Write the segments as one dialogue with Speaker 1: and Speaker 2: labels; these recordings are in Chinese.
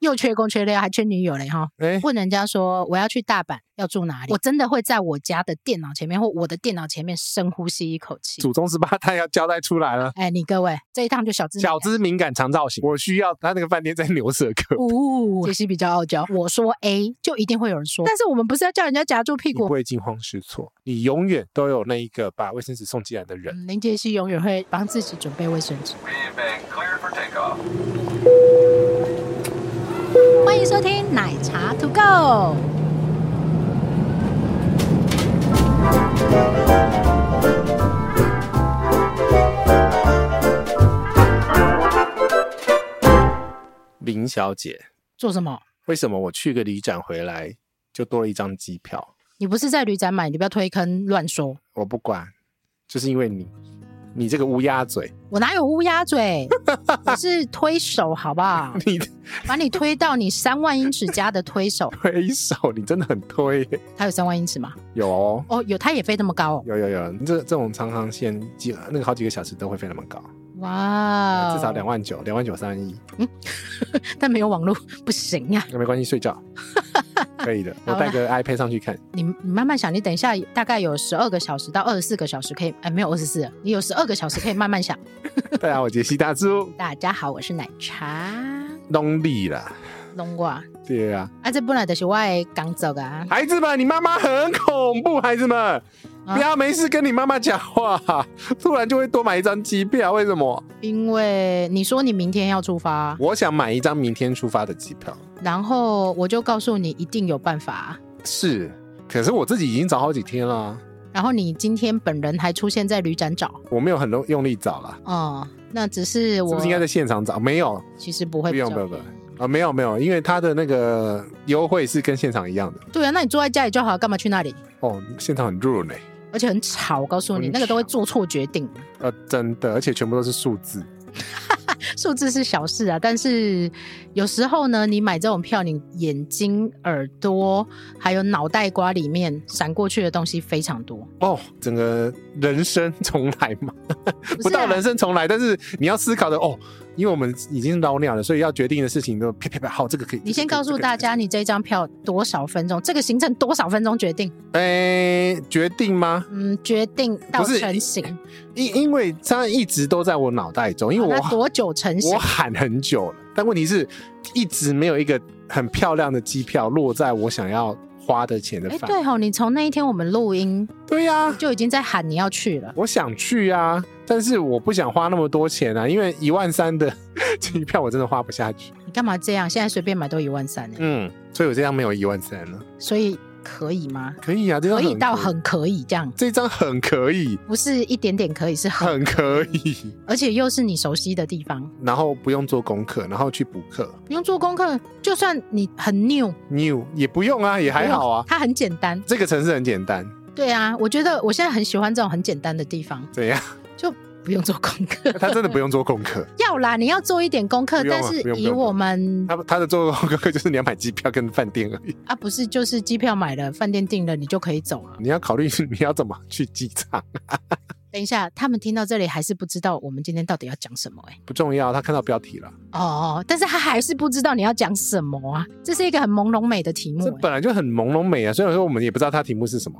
Speaker 1: 又缺工缺料，还缺女友嘞哈。
Speaker 2: 哎，
Speaker 1: 问人家说我要去大阪，要住哪里？我真的会在我家的电脑前面或我的电脑前面深呼吸一口气。
Speaker 2: 祖宗十八代要交代出来了。
Speaker 1: 哎，你各位这一趟就小资
Speaker 2: 小资敏感长造型，我需要他那个饭店在牛舌客，
Speaker 1: 呜、哦，杰西比较傲娇。我说 A 就一定会有人说，但是我们不是要叫人家夹住屁
Speaker 2: 你不
Speaker 1: 股。
Speaker 2: 会惊慌失措，你永远都有那一个把卫生纸送进来的人。
Speaker 1: 嗯林杰西永远会帮自己准备卫生纸。
Speaker 3: We've been cleared for takeoff.
Speaker 1: 欢迎收听奶茶 To Go。
Speaker 2: 林小姐，
Speaker 1: 做什么？
Speaker 2: 为什么我去个旅展回来就多了一张机票？
Speaker 1: 你不是在旅展买，你不要推坑乱说。
Speaker 2: 我不管，就是因为你，你这个乌鸦嘴，
Speaker 1: 我哪有乌鸦嘴？ 我是推手，好不好？
Speaker 2: 你
Speaker 1: 把你推到你三万英尺加的推手，
Speaker 2: 推手，你真的很推耶。
Speaker 1: 它有三万英尺吗？
Speaker 2: 有哦，
Speaker 1: 哦，有，它也飞那么高哦。
Speaker 2: 有有有，这这种长航线几那个好几个小时都会飞那么高，
Speaker 1: 哇、哦
Speaker 2: 至少两，万九、两万九、三万一，
Speaker 1: 但没有网络不行呀、啊。
Speaker 2: 那没关系，睡觉可以的。我
Speaker 1: 好
Speaker 2: 带个 iPad 上去看，
Speaker 1: 你你慢慢想，你等一下大概有十二个小时到二十四个小时可以，哎，没有二十四，你有十二个小时可以慢慢想。
Speaker 2: 对啊，我杰西 大叔
Speaker 1: 大家好，我是奶茶
Speaker 2: 弄力啦，
Speaker 1: 龙瓜，
Speaker 2: 对啊，
Speaker 1: 啊，这本来就是我的工作啊。
Speaker 2: 孩子们，你妈妈很恐怖，孩子们。不要没事跟你妈妈讲话，突然就会多买一张机票。为什么？
Speaker 1: 因为你说你明天要出发，
Speaker 2: 我想买一张明天出发的机票。
Speaker 1: 然后我就告诉你一定有办法。啊
Speaker 2: 是，可是我自己已经找好几天了，啊
Speaker 1: 然后你今天本人还出现在旅展找，
Speaker 2: 我没有很用用力找了，
Speaker 1: 哦、那只是
Speaker 2: 是
Speaker 1: 我
Speaker 2: 不是应该在现场找？没有，
Speaker 1: 其实不会
Speaker 2: 不
Speaker 1: 比较
Speaker 2: 用，不用，不用。啊，没有没有，因为它的那个优惠是跟现场一样的
Speaker 1: 对啊，那你坐在家里就好，干嘛去那里？
Speaker 2: 哦，现场很热呢，
Speaker 1: 而且很吵，
Speaker 2: 哦
Speaker 1: 我告诉你，
Speaker 2: 很
Speaker 1: 那个都会做错决定。
Speaker 2: 呃，真的，而且全部都是数字，
Speaker 1: 数字是小事啊，但是有时候呢，你买这种票，你眼睛、耳朵还有脑袋瓜里面闪过去的东西非常多。
Speaker 2: 哦，整个人生 重来嘛，
Speaker 1: 不
Speaker 2: 不
Speaker 1: 是
Speaker 2: 到
Speaker 1: 啊
Speaker 2: 人生重来，但是你要思考的哦，因为我们已经老鸟了，所以要决定的事情都啪啪啪，好，这个可以。
Speaker 1: 你
Speaker 2: 这
Speaker 1: 先
Speaker 2: 个可
Speaker 1: 告
Speaker 2: 以
Speaker 1: 诉大，家，你这张票多少分钟，这个行程多少分钟决定？
Speaker 2: 哎、决定吗？
Speaker 1: 嗯，决定到
Speaker 2: 不是
Speaker 1: 成型，
Speaker 2: 因因为它一直都在我脑袋中，因为
Speaker 1: 那
Speaker 2: 我
Speaker 1: 多久成型
Speaker 2: 我？喊很久了，但问题是，一直没有一个很漂亮的机票落在我想要花的钱的
Speaker 1: 哎，
Speaker 2: 范。
Speaker 1: 对哦，你从那一天我们录音
Speaker 2: 对呀、
Speaker 1: 就已经在喊你要去了。
Speaker 2: 我想去啊，但是我不想花那么多钱啊，因为一万三的 机票我真的花不下去。
Speaker 1: 你干嘛这样？现在随便买都一万三呢，欸
Speaker 2: 嗯，所以我这样没有一万三了。
Speaker 1: 所以可以吗？
Speaker 2: 可以啊，这
Speaker 1: 可
Speaker 2: 张
Speaker 1: 以到
Speaker 2: 很
Speaker 1: 很可以这样，
Speaker 2: 这张很可以，
Speaker 1: 不是一点点可以，是很，
Speaker 2: 很可以。
Speaker 1: 而且又是你熟悉的地方，
Speaker 2: 然后不用做功课，然后去补课
Speaker 1: 不用做功课。就算你很 new，
Speaker 2: ，new 也不用啊，也还好啊。
Speaker 1: 它很简单。
Speaker 2: 这个城市很简单，
Speaker 1: 对啊，我觉得我现在很喜欢这种很简单的地方，
Speaker 2: 怎样？
Speaker 1: 就不用做功课。
Speaker 2: 他真的不用做功课，
Speaker 1: 要啦，你要做一点功课，
Speaker 2: 不用啊
Speaker 1: 但是
Speaker 2: 不用
Speaker 1: 以
Speaker 2: 不用
Speaker 1: 我们
Speaker 2: 他他的做功课就是你要买机票跟饭店而已。
Speaker 1: 啊，不是就是机票买了，饭店订了，你就可以走了。
Speaker 2: 你要考虑你要怎么去机场，
Speaker 1: 等一下，他们听到这里还是不知道我们今天到底要讲什么哎、
Speaker 2: 不重要。他看到标题了，
Speaker 1: 哦，但是他还是不知道你要讲什么啊，这是一个很朦胧美的题目
Speaker 2: 这
Speaker 1: 哎、
Speaker 2: 本来就很朦胧美啊。虽然说我们也不知道它题目是 什么，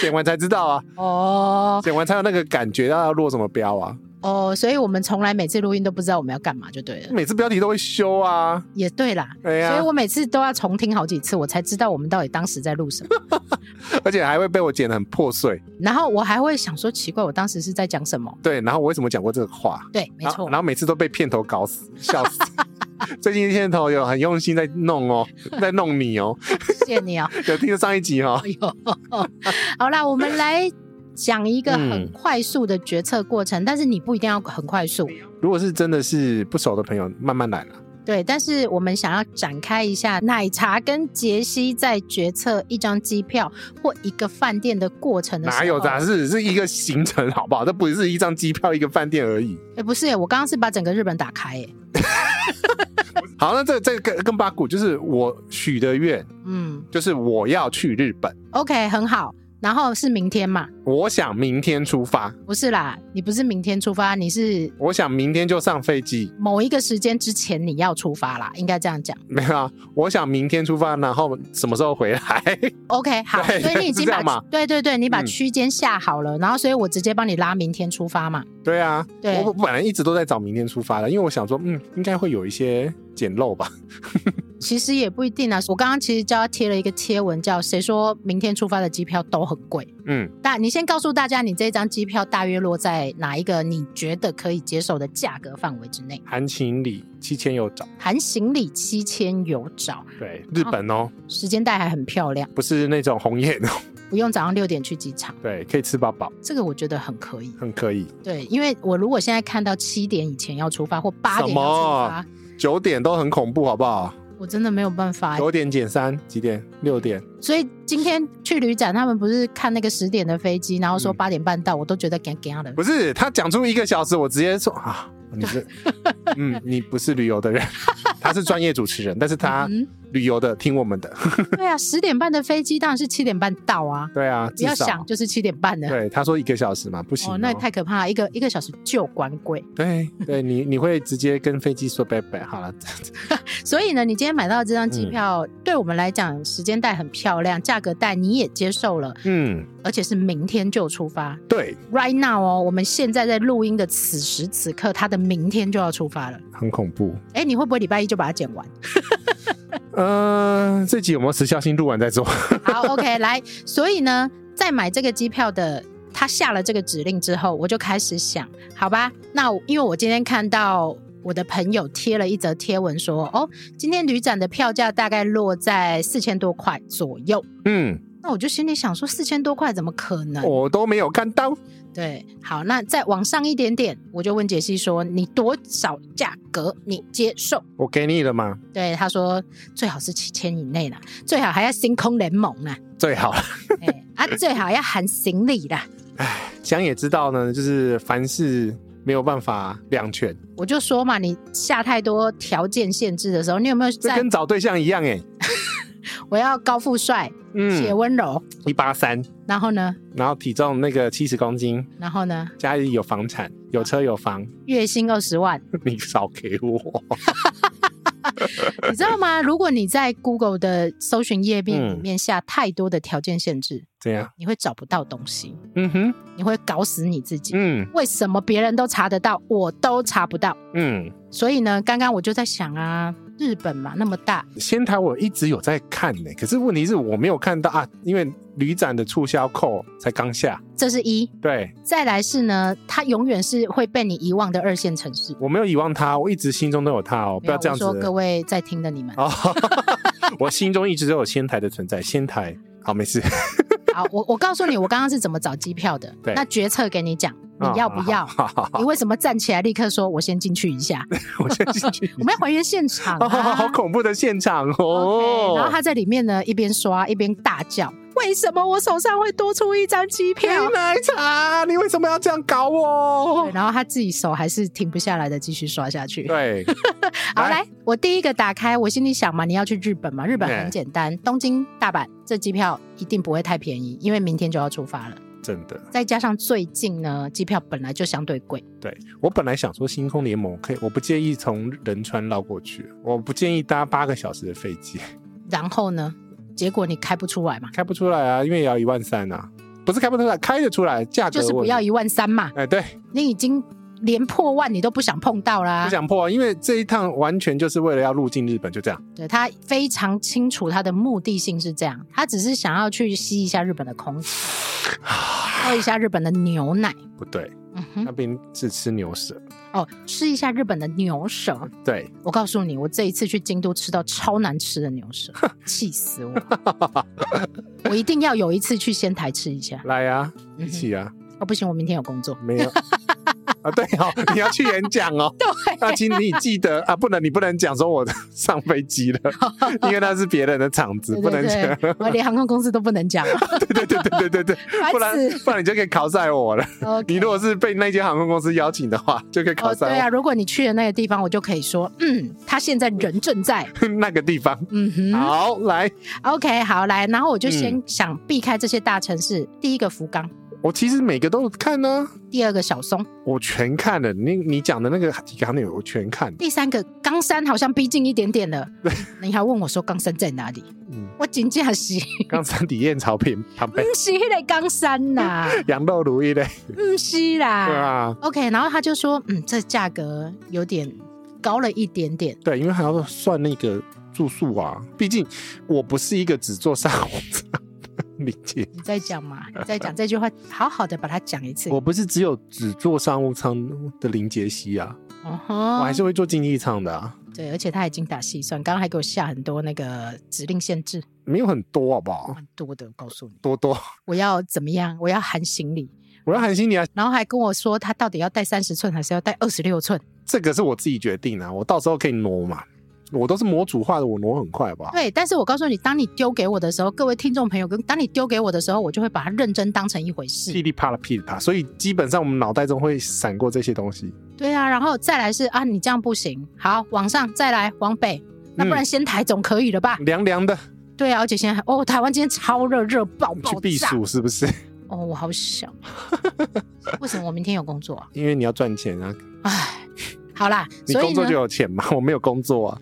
Speaker 2: 点完才知道啊，
Speaker 1: 哦
Speaker 2: 点完才有那个感觉到要落什么标啊。
Speaker 1: 哦，所以我们从来每次录音都不知道我们要干嘛就对了，
Speaker 2: 每次标题都会修啊，
Speaker 1: 也对啦。
Speaker 2: 嗯对啊呀、
Speaker 1: 所以我每次都要重听好几次，我才知道我们到底当时在录什 么。
Speaker 2: 而且还会被我剪得很破碎。
Speaker 1: 然后我还会想说，奇怪，我当时是在讲什么？
Speaker 2: 对，然后我为什么讲过这个话？
Speaker 1: 对，没
Speaker 2: 然后
Speaker 1: 错
Speaker 2: 然。后每次都被片头搞死，笑 死。最近片头有很用心在弄哦，在弄你哦，
Speaker 1: 谢谢你啊、
Speaker 2: 有听上一集 哦。
Speaker 1: 哎呦，好啦，我们来讲一个很
Speaker 2: 嗯
Speaker 1: 快速的决策过程，但是你不一定要很快速，
Speaker 2: 如果是真的是不熟的朋友，慢慢来啦。
Speaker 1: 对。但是我们想要展开一下奶茶跟杰西在决策一张机票或一个饭店的过程的时候，
Speaker 2: 哪有杂事？是一个行程，好不好？这不是一张机票、一个饭店而已。
Speaker 1: 哎、不是耶、我刚刚是把整个日本打开、耶。
Speaker 2: 好，那这这跟跟八股就是我许的愿，
Speaker 1: 嗯
Speaker 2: 就是我要去日本。
Speaker 1: ，OK，很好。然后是明天嘛？
Speaker 2: 我想明天出发，
Speaker 1: 不是啦，你不是明天出发，你是
Speaker 2: 我想明天就上飞机，
Speaker 1: 某一个时间之前你要出发啦，应该这样讲。
Speaker 2: 没有啊？我想明天出发，然后什么时候回来？
Speaker 1: OK，好，
Speaker 2: 对
Speaker 1: 所以你已
Speaker 2: 是
Speaker 1: 经
Speaker 2: 这
Speaker 1: 把
Speaker 2: 样嘛
Speaker 1: 对对对，你把
Speaker 2: 嗯
Speaker 1: 区间下好了，然后所以我直接帮你拉明天出发嘛。
Speaker 2: 对啊，
Speaker 1: 对
Speaker 2: 我我本来一直都在找明天出发的，因为我想说，嗯，应该会有一些简陋吧。
Speaker 1: 其实也不一定啊，我刚刚其实叫他贴了一个贴文，叫“谁说明天出发的机票都很贵
Speaker 2: 嗯，”。
Speaker 1: 但你先告诉大家，你这张机票大约落在哪一个你觉得可以接受的价格范围之内？
Speaker 2: 含情里七千有找，
Speaker 1: 含行李七千有找，
Speaker 2: 对，日本哦，
Speaker 1: 时间带还很漂亮，
Speaker 2: 不是那种红叶哦，
Speaker 1: 不用早上六点去机场，
Speaker 2: 对，可以吃饱饱，
Speaker 1: 这个我觉得很可以。
Speaker 2: 很可以，
Speaker 1: 对，因为我如果现在看到七点以前要出发或八点要出发，
Speaker 2: 九点都很恐怖，好不好？
Speaker 1: 我真的没有办法欸、
Speaker 2: 九点减三几点？六点，
Speaker 1: 所以今天去旅展，他们不是看那个十点的飞机，然后说
Speaker 2: 嗯
Speaker 1: 八点半到，我都觉得干干的。
Speaker 2: 不是他讲出一个小时，我直接说啊，你 是，嗯，你不是旅游的人，他是专业主持人，但是他
Speaker 1: 嗯，
Speaker 2: 旅游的听我们的，
Speaker 1: 对啊，十点半的飞机当然是七点半到啊，
Speaker 2: 对啊，
Speaker 1: 不
Speaker 2: 至
Speaker 1: 要
Speaker 2: 少
Speaker 1: 想就是七点半的。
Speaker 2: 对他说一个小时嘛，不行、啊
Speaker 1: 哦，那也太可怕了，一个一个小时就关柜。
Speaker 2: 对对，你你会直接跟飞机说拜拜。好了，
Speaker 1: 所以呢，你今天买到这张
Speaker 2: 嗯
Speaker 1: 机票，对我们来讲时间带很漂亮，价格带你也接受了，
Speaker 2: 嗯，
Speaker 1: 而且是明天就出发
Speaker 2: 对，
Speaker 1: ，right now 哦，我们现在在录音的此时此刻，它的明天就要出发了。
Speaker 2: 很恐怖。
Speaker 1: 哎，你会不会礼拜一就把它剪完？
Speaker 2: 嗯、这集有没有时效性？录完再做。
Speaker 1: 好，OK，来，所以呢，在买这个机票的他下了这个指令之后，我就开始想，好吧，那我因为我今天看到我的朋友贴了一则贴文说，哦，今天旅展的票价大概落在四千多块左右。
Speaker 2: 嗯，
Speaker 1: 那我就心里想说，四千多块怎么可能？
Speaker 2: 我都没有看到。
Speaker 1: 对，好，那再往上一点点，我就问杰西说，你多少价格你接受？
Speaker 2: 我给你了嘛，
Speaker 1: 对，他说最好是七千以内啦，最好还要星空联盟啦，
Speaker 2: 最好了。
Speaker 1: 哎啊，最好要含行李啦。
Speaker 2: 想也知道呢，就是凡事没有办法两全，
Speaker 1: 我就说嘛，你下太多条件限制的时候，你有没有
Speaker 2: 这
Speaker 1: 在？
Speaker 2: 跟找对象一样哎、
Speaker 1: 我要高富帅且
Speaker 2: 嗯，
Speaker 1: 温柔，
Speaker 2: 一八三，
Speaker 1: 然后呢，
Speaker 2: 然后体重那个七十公斤，
Speaker 1: 然后呢，
Speaker 2: 家里有房产，有车有房，
Speaker 1: 月薪二十万，
Speaker 2: 你少给我。
Speaker 1: 你知道吗？如果你在 Google 的搜寻页面里面下太多的条件限制，
Speaker 2: 这样，
Speaker 1: 你会找不到东西，
Speaker 2: 嗯哼，
Speaker 1: 你会搞死你自己。
Speaker 2: 嗯
Speaker 1: 为什么别人都查得到，我都查不到？
Speaker 2: 嗯。
Speaker 1: 所以呢，刚刚我就在想啊，日本嘛那么大，
Speaker 2: 仙台我一直有在看呢、可是问题是我没有看到啊，因为旅展的促销扣才刚下，
Speaker 1: 这是一。
Speaker 2: 对
Speaker 1: 再来是呢，它永远是会被你遗忘的二线城市。
Speaker 2: 我没有遗忘它，我一直心中都有它哦，不要这样
Speaker 1: 没
Speaker 2: 子
Speaker 1: 有我说各位在听的你们，
Speaker 2: 哦， 我心中一直都有仙台的存在，仙台好没事，
Speaker 1: 好，我我告诉你，我刚刚是怎么找机票的。
Speaker 2: 对啊
Speaker 1: 那决策给你讲，你要不要？
Speaker 2: 好好好
Speaker 1: 你为什么站起来立刻说“我先进去一 下
Speaker 2: 我先进 去”？
Speaker 1: 我。们要还原现场、
Speaker 2: 哦，
Speaker 1: 啊，
Speaker 2: 好恐怖的现场
Speaker 1: o 然后
Speaker 2: 哦！
Speaker 1: 他在里面呢，一边刷一边大叫：“为什么我手上会多出一张机票
Speaker 2: 黑奶茶，你为什么要这样搞？”
Speaker 1: 对
Speaker 2: 我？
Speaker 1: 然后他自己手还是停不下来的，继续刷下去。
Speaker 2: 对，
Speaker 1: 好，
Speaker 2: 来
Speaker 1: 来，我第一个打开，我心里想嘛，你要去日本嘛，日本很
Speaker 2: 对
Speaker 1: 简单，东京、大阪这机票一定不会太便宜，因为明天就要出发了。
Speaker 2: 真的，
Speaker 1: 再加上最近呢，机票本来就相对贵，
Speaker 2: 对我本来想说星空联盟可以，我不介意从仁川绕过去，我不建议搭八个小时的飞机。
Speaker 1: 然后呢，结果你开不出来嘛，
Speaker 2: 开不出来啊，因为也要一万三啊，不是开不出来，开得出来，价格
Speaker 1: 就是
Speaker 2: 问
Speaker 1: 不
Speaker 2: 题
Speaker 1: 要一万三嘛，
Speaker 2: 哎，对，
Speaker 1: 你已经连破万你都不想碰到啦
Speaker 2: 不。想破啊，因为这一趟完全就是为了要入境日本，就这样。
Speaker 1: 对他非常清楚他的目的性是这样，他只是想要去吸一下日本的空气，喝一下日本的牛奶，
Speaker 2: 不对，
Speaker 1: 嗯
Speaker 2: 那
Speaker 1: 哼，
Speaker 2: 边是吃牛舌，
Speaker 1: 哦，吃一下日本的牛舌。
Speaker 2: 对，
Speaker 1: 我告诉你，我这一次去京都吃到超难吃的牛 舌，气死我！我一定要有一次去仙台吃一下。
Speaker 2: 来啊，
Speaker 1: 嗯
Speaker 2: 一
Speaker 1: 哼
Speaker 2: 起啊，
Speaker 1: 哦，不行，我明天有工作。
Speaker 2: 没有。啊，对哦，你要去演讲哦
Speaker 1: 。对，
Speaker 2: 那请你记得啊，不能你不能讲说我上飞 机了，因为那是别人的场子，
Speaker 1: 对
Speaker 2: 不能讲
Speaker 1: 对。对，我连航空公司都不能 讲，
Speaker 2: 对对对对对对对，不然
Speaker 1: 烦死
Speaker 2: 不然你就可以考晒我了。
Speaker 1: OK
Speaker 2: 你如果是被那间航空公司邀请的话，就可以考
Speaker 1: 哦，
Speaker 2: 晒
Speaker 1: 对
Speaker 2: 我、
Speaker 1: 啊，如果你去了那个地方，我就可以说，嗯，他现在人正在，
Speaker 2: 那个地方。
Speaker 1: 嗯哼
Speaker 2: 好，嗯来，
Speaker 1: ，OK，好来，然后我就先想避开这些大城市，第一个福冈，
Speaker 2: 我其实每个都有看呢、
Speaker 1: 第二个小松，
Speaker 2: 我全看了。你你讲的那个几个航点我全看。
Speaker 1: 第三个冈山，好像逼近一点点了。你还问我说冈山在哪里？
Speaker 2: 嗯，
Speaker 1: 我真正是，
Speaker 2: 刚才 李燕朝片旁
Speaker 1: 不
Speaker 2: 边
Speaker 1: 嗯是那个冈山 啦，
Speaker 2: 羊肉如意嘞，
Speaker 1: 不是
Speaker 2: 对
Speaker 1: 啦。
Speaker 2: 啊，
Speaker 1: OK，然后他就说，嗯，这价格有点高了一点点。
Speaker 2: 对，因为还要算那个住宿啊，毕竟我不是一个只做商务舱的理解，
Speaker 1: 你再讲嘛，你 再讲这句话，好好的把它讲一次。
Speaker 2: 我不是只有只做商务舱的林杰西啊，
Speaker 1: 哦
Speaker 2: 我还
Speaker 1: 哼，
Speaker 2: 是会做经济舱的啊，
Speaker 1: 对，而且他已经打细算，刚刚还给我下很多那个指令限制，
Speaker 2: 没有很多好不好？
Speaker 1: 蛮多的。我告诉你，
Speaker 2: 多多，
Speaker 1: 我要怎么样？我要含行李，
Speaker 2: 我要韩心你啊，
Speaker 1: 然后还跟我说他到底要带三十寸还是要带二十六寸。
Speaker 2: 这个是我自己决定啊，我到时候可以挪嘛，我都是模组化的，我挪很快好不好？
Speaker 1: 对，但是我告诉你，当你丢给我的时候，各位听众朋友，跟当你丢给我的时候，我就会把它认真当成一回
Speaker 2: 噼
Speaker 1: 事。
Speaker 2: 里啪啦噼里啪啦，所以基本上我们脑袋中会闪过这些东西。
Speaker 1: 对啊，然后再来是啊，你这样不行，好，往上再来，往北，那
Speaker 2: 嗯
Speaker 1: 不然先台总可以了吧？
Speaker 2: 凉凉的，
Speaker 1: 对啊，而且现在还哦，台湾今天超热，热爆爆
Speaker 2: 嗯去避
Speaker 1: 炸。
Speaker 2: 暑是不是？
Speaker 1: 哦，我好想， 为什么我明天有工作、啊？
Speaker 2: 因为你要赚钱啊，
Speaker 1: 唉，好啦，
Speaker 2: 你
Speaker 1: 所以
Speaker 2: 工作
Speaker 1: 呢
Speaker 2: 就，有钱嘛，我没有工作啊，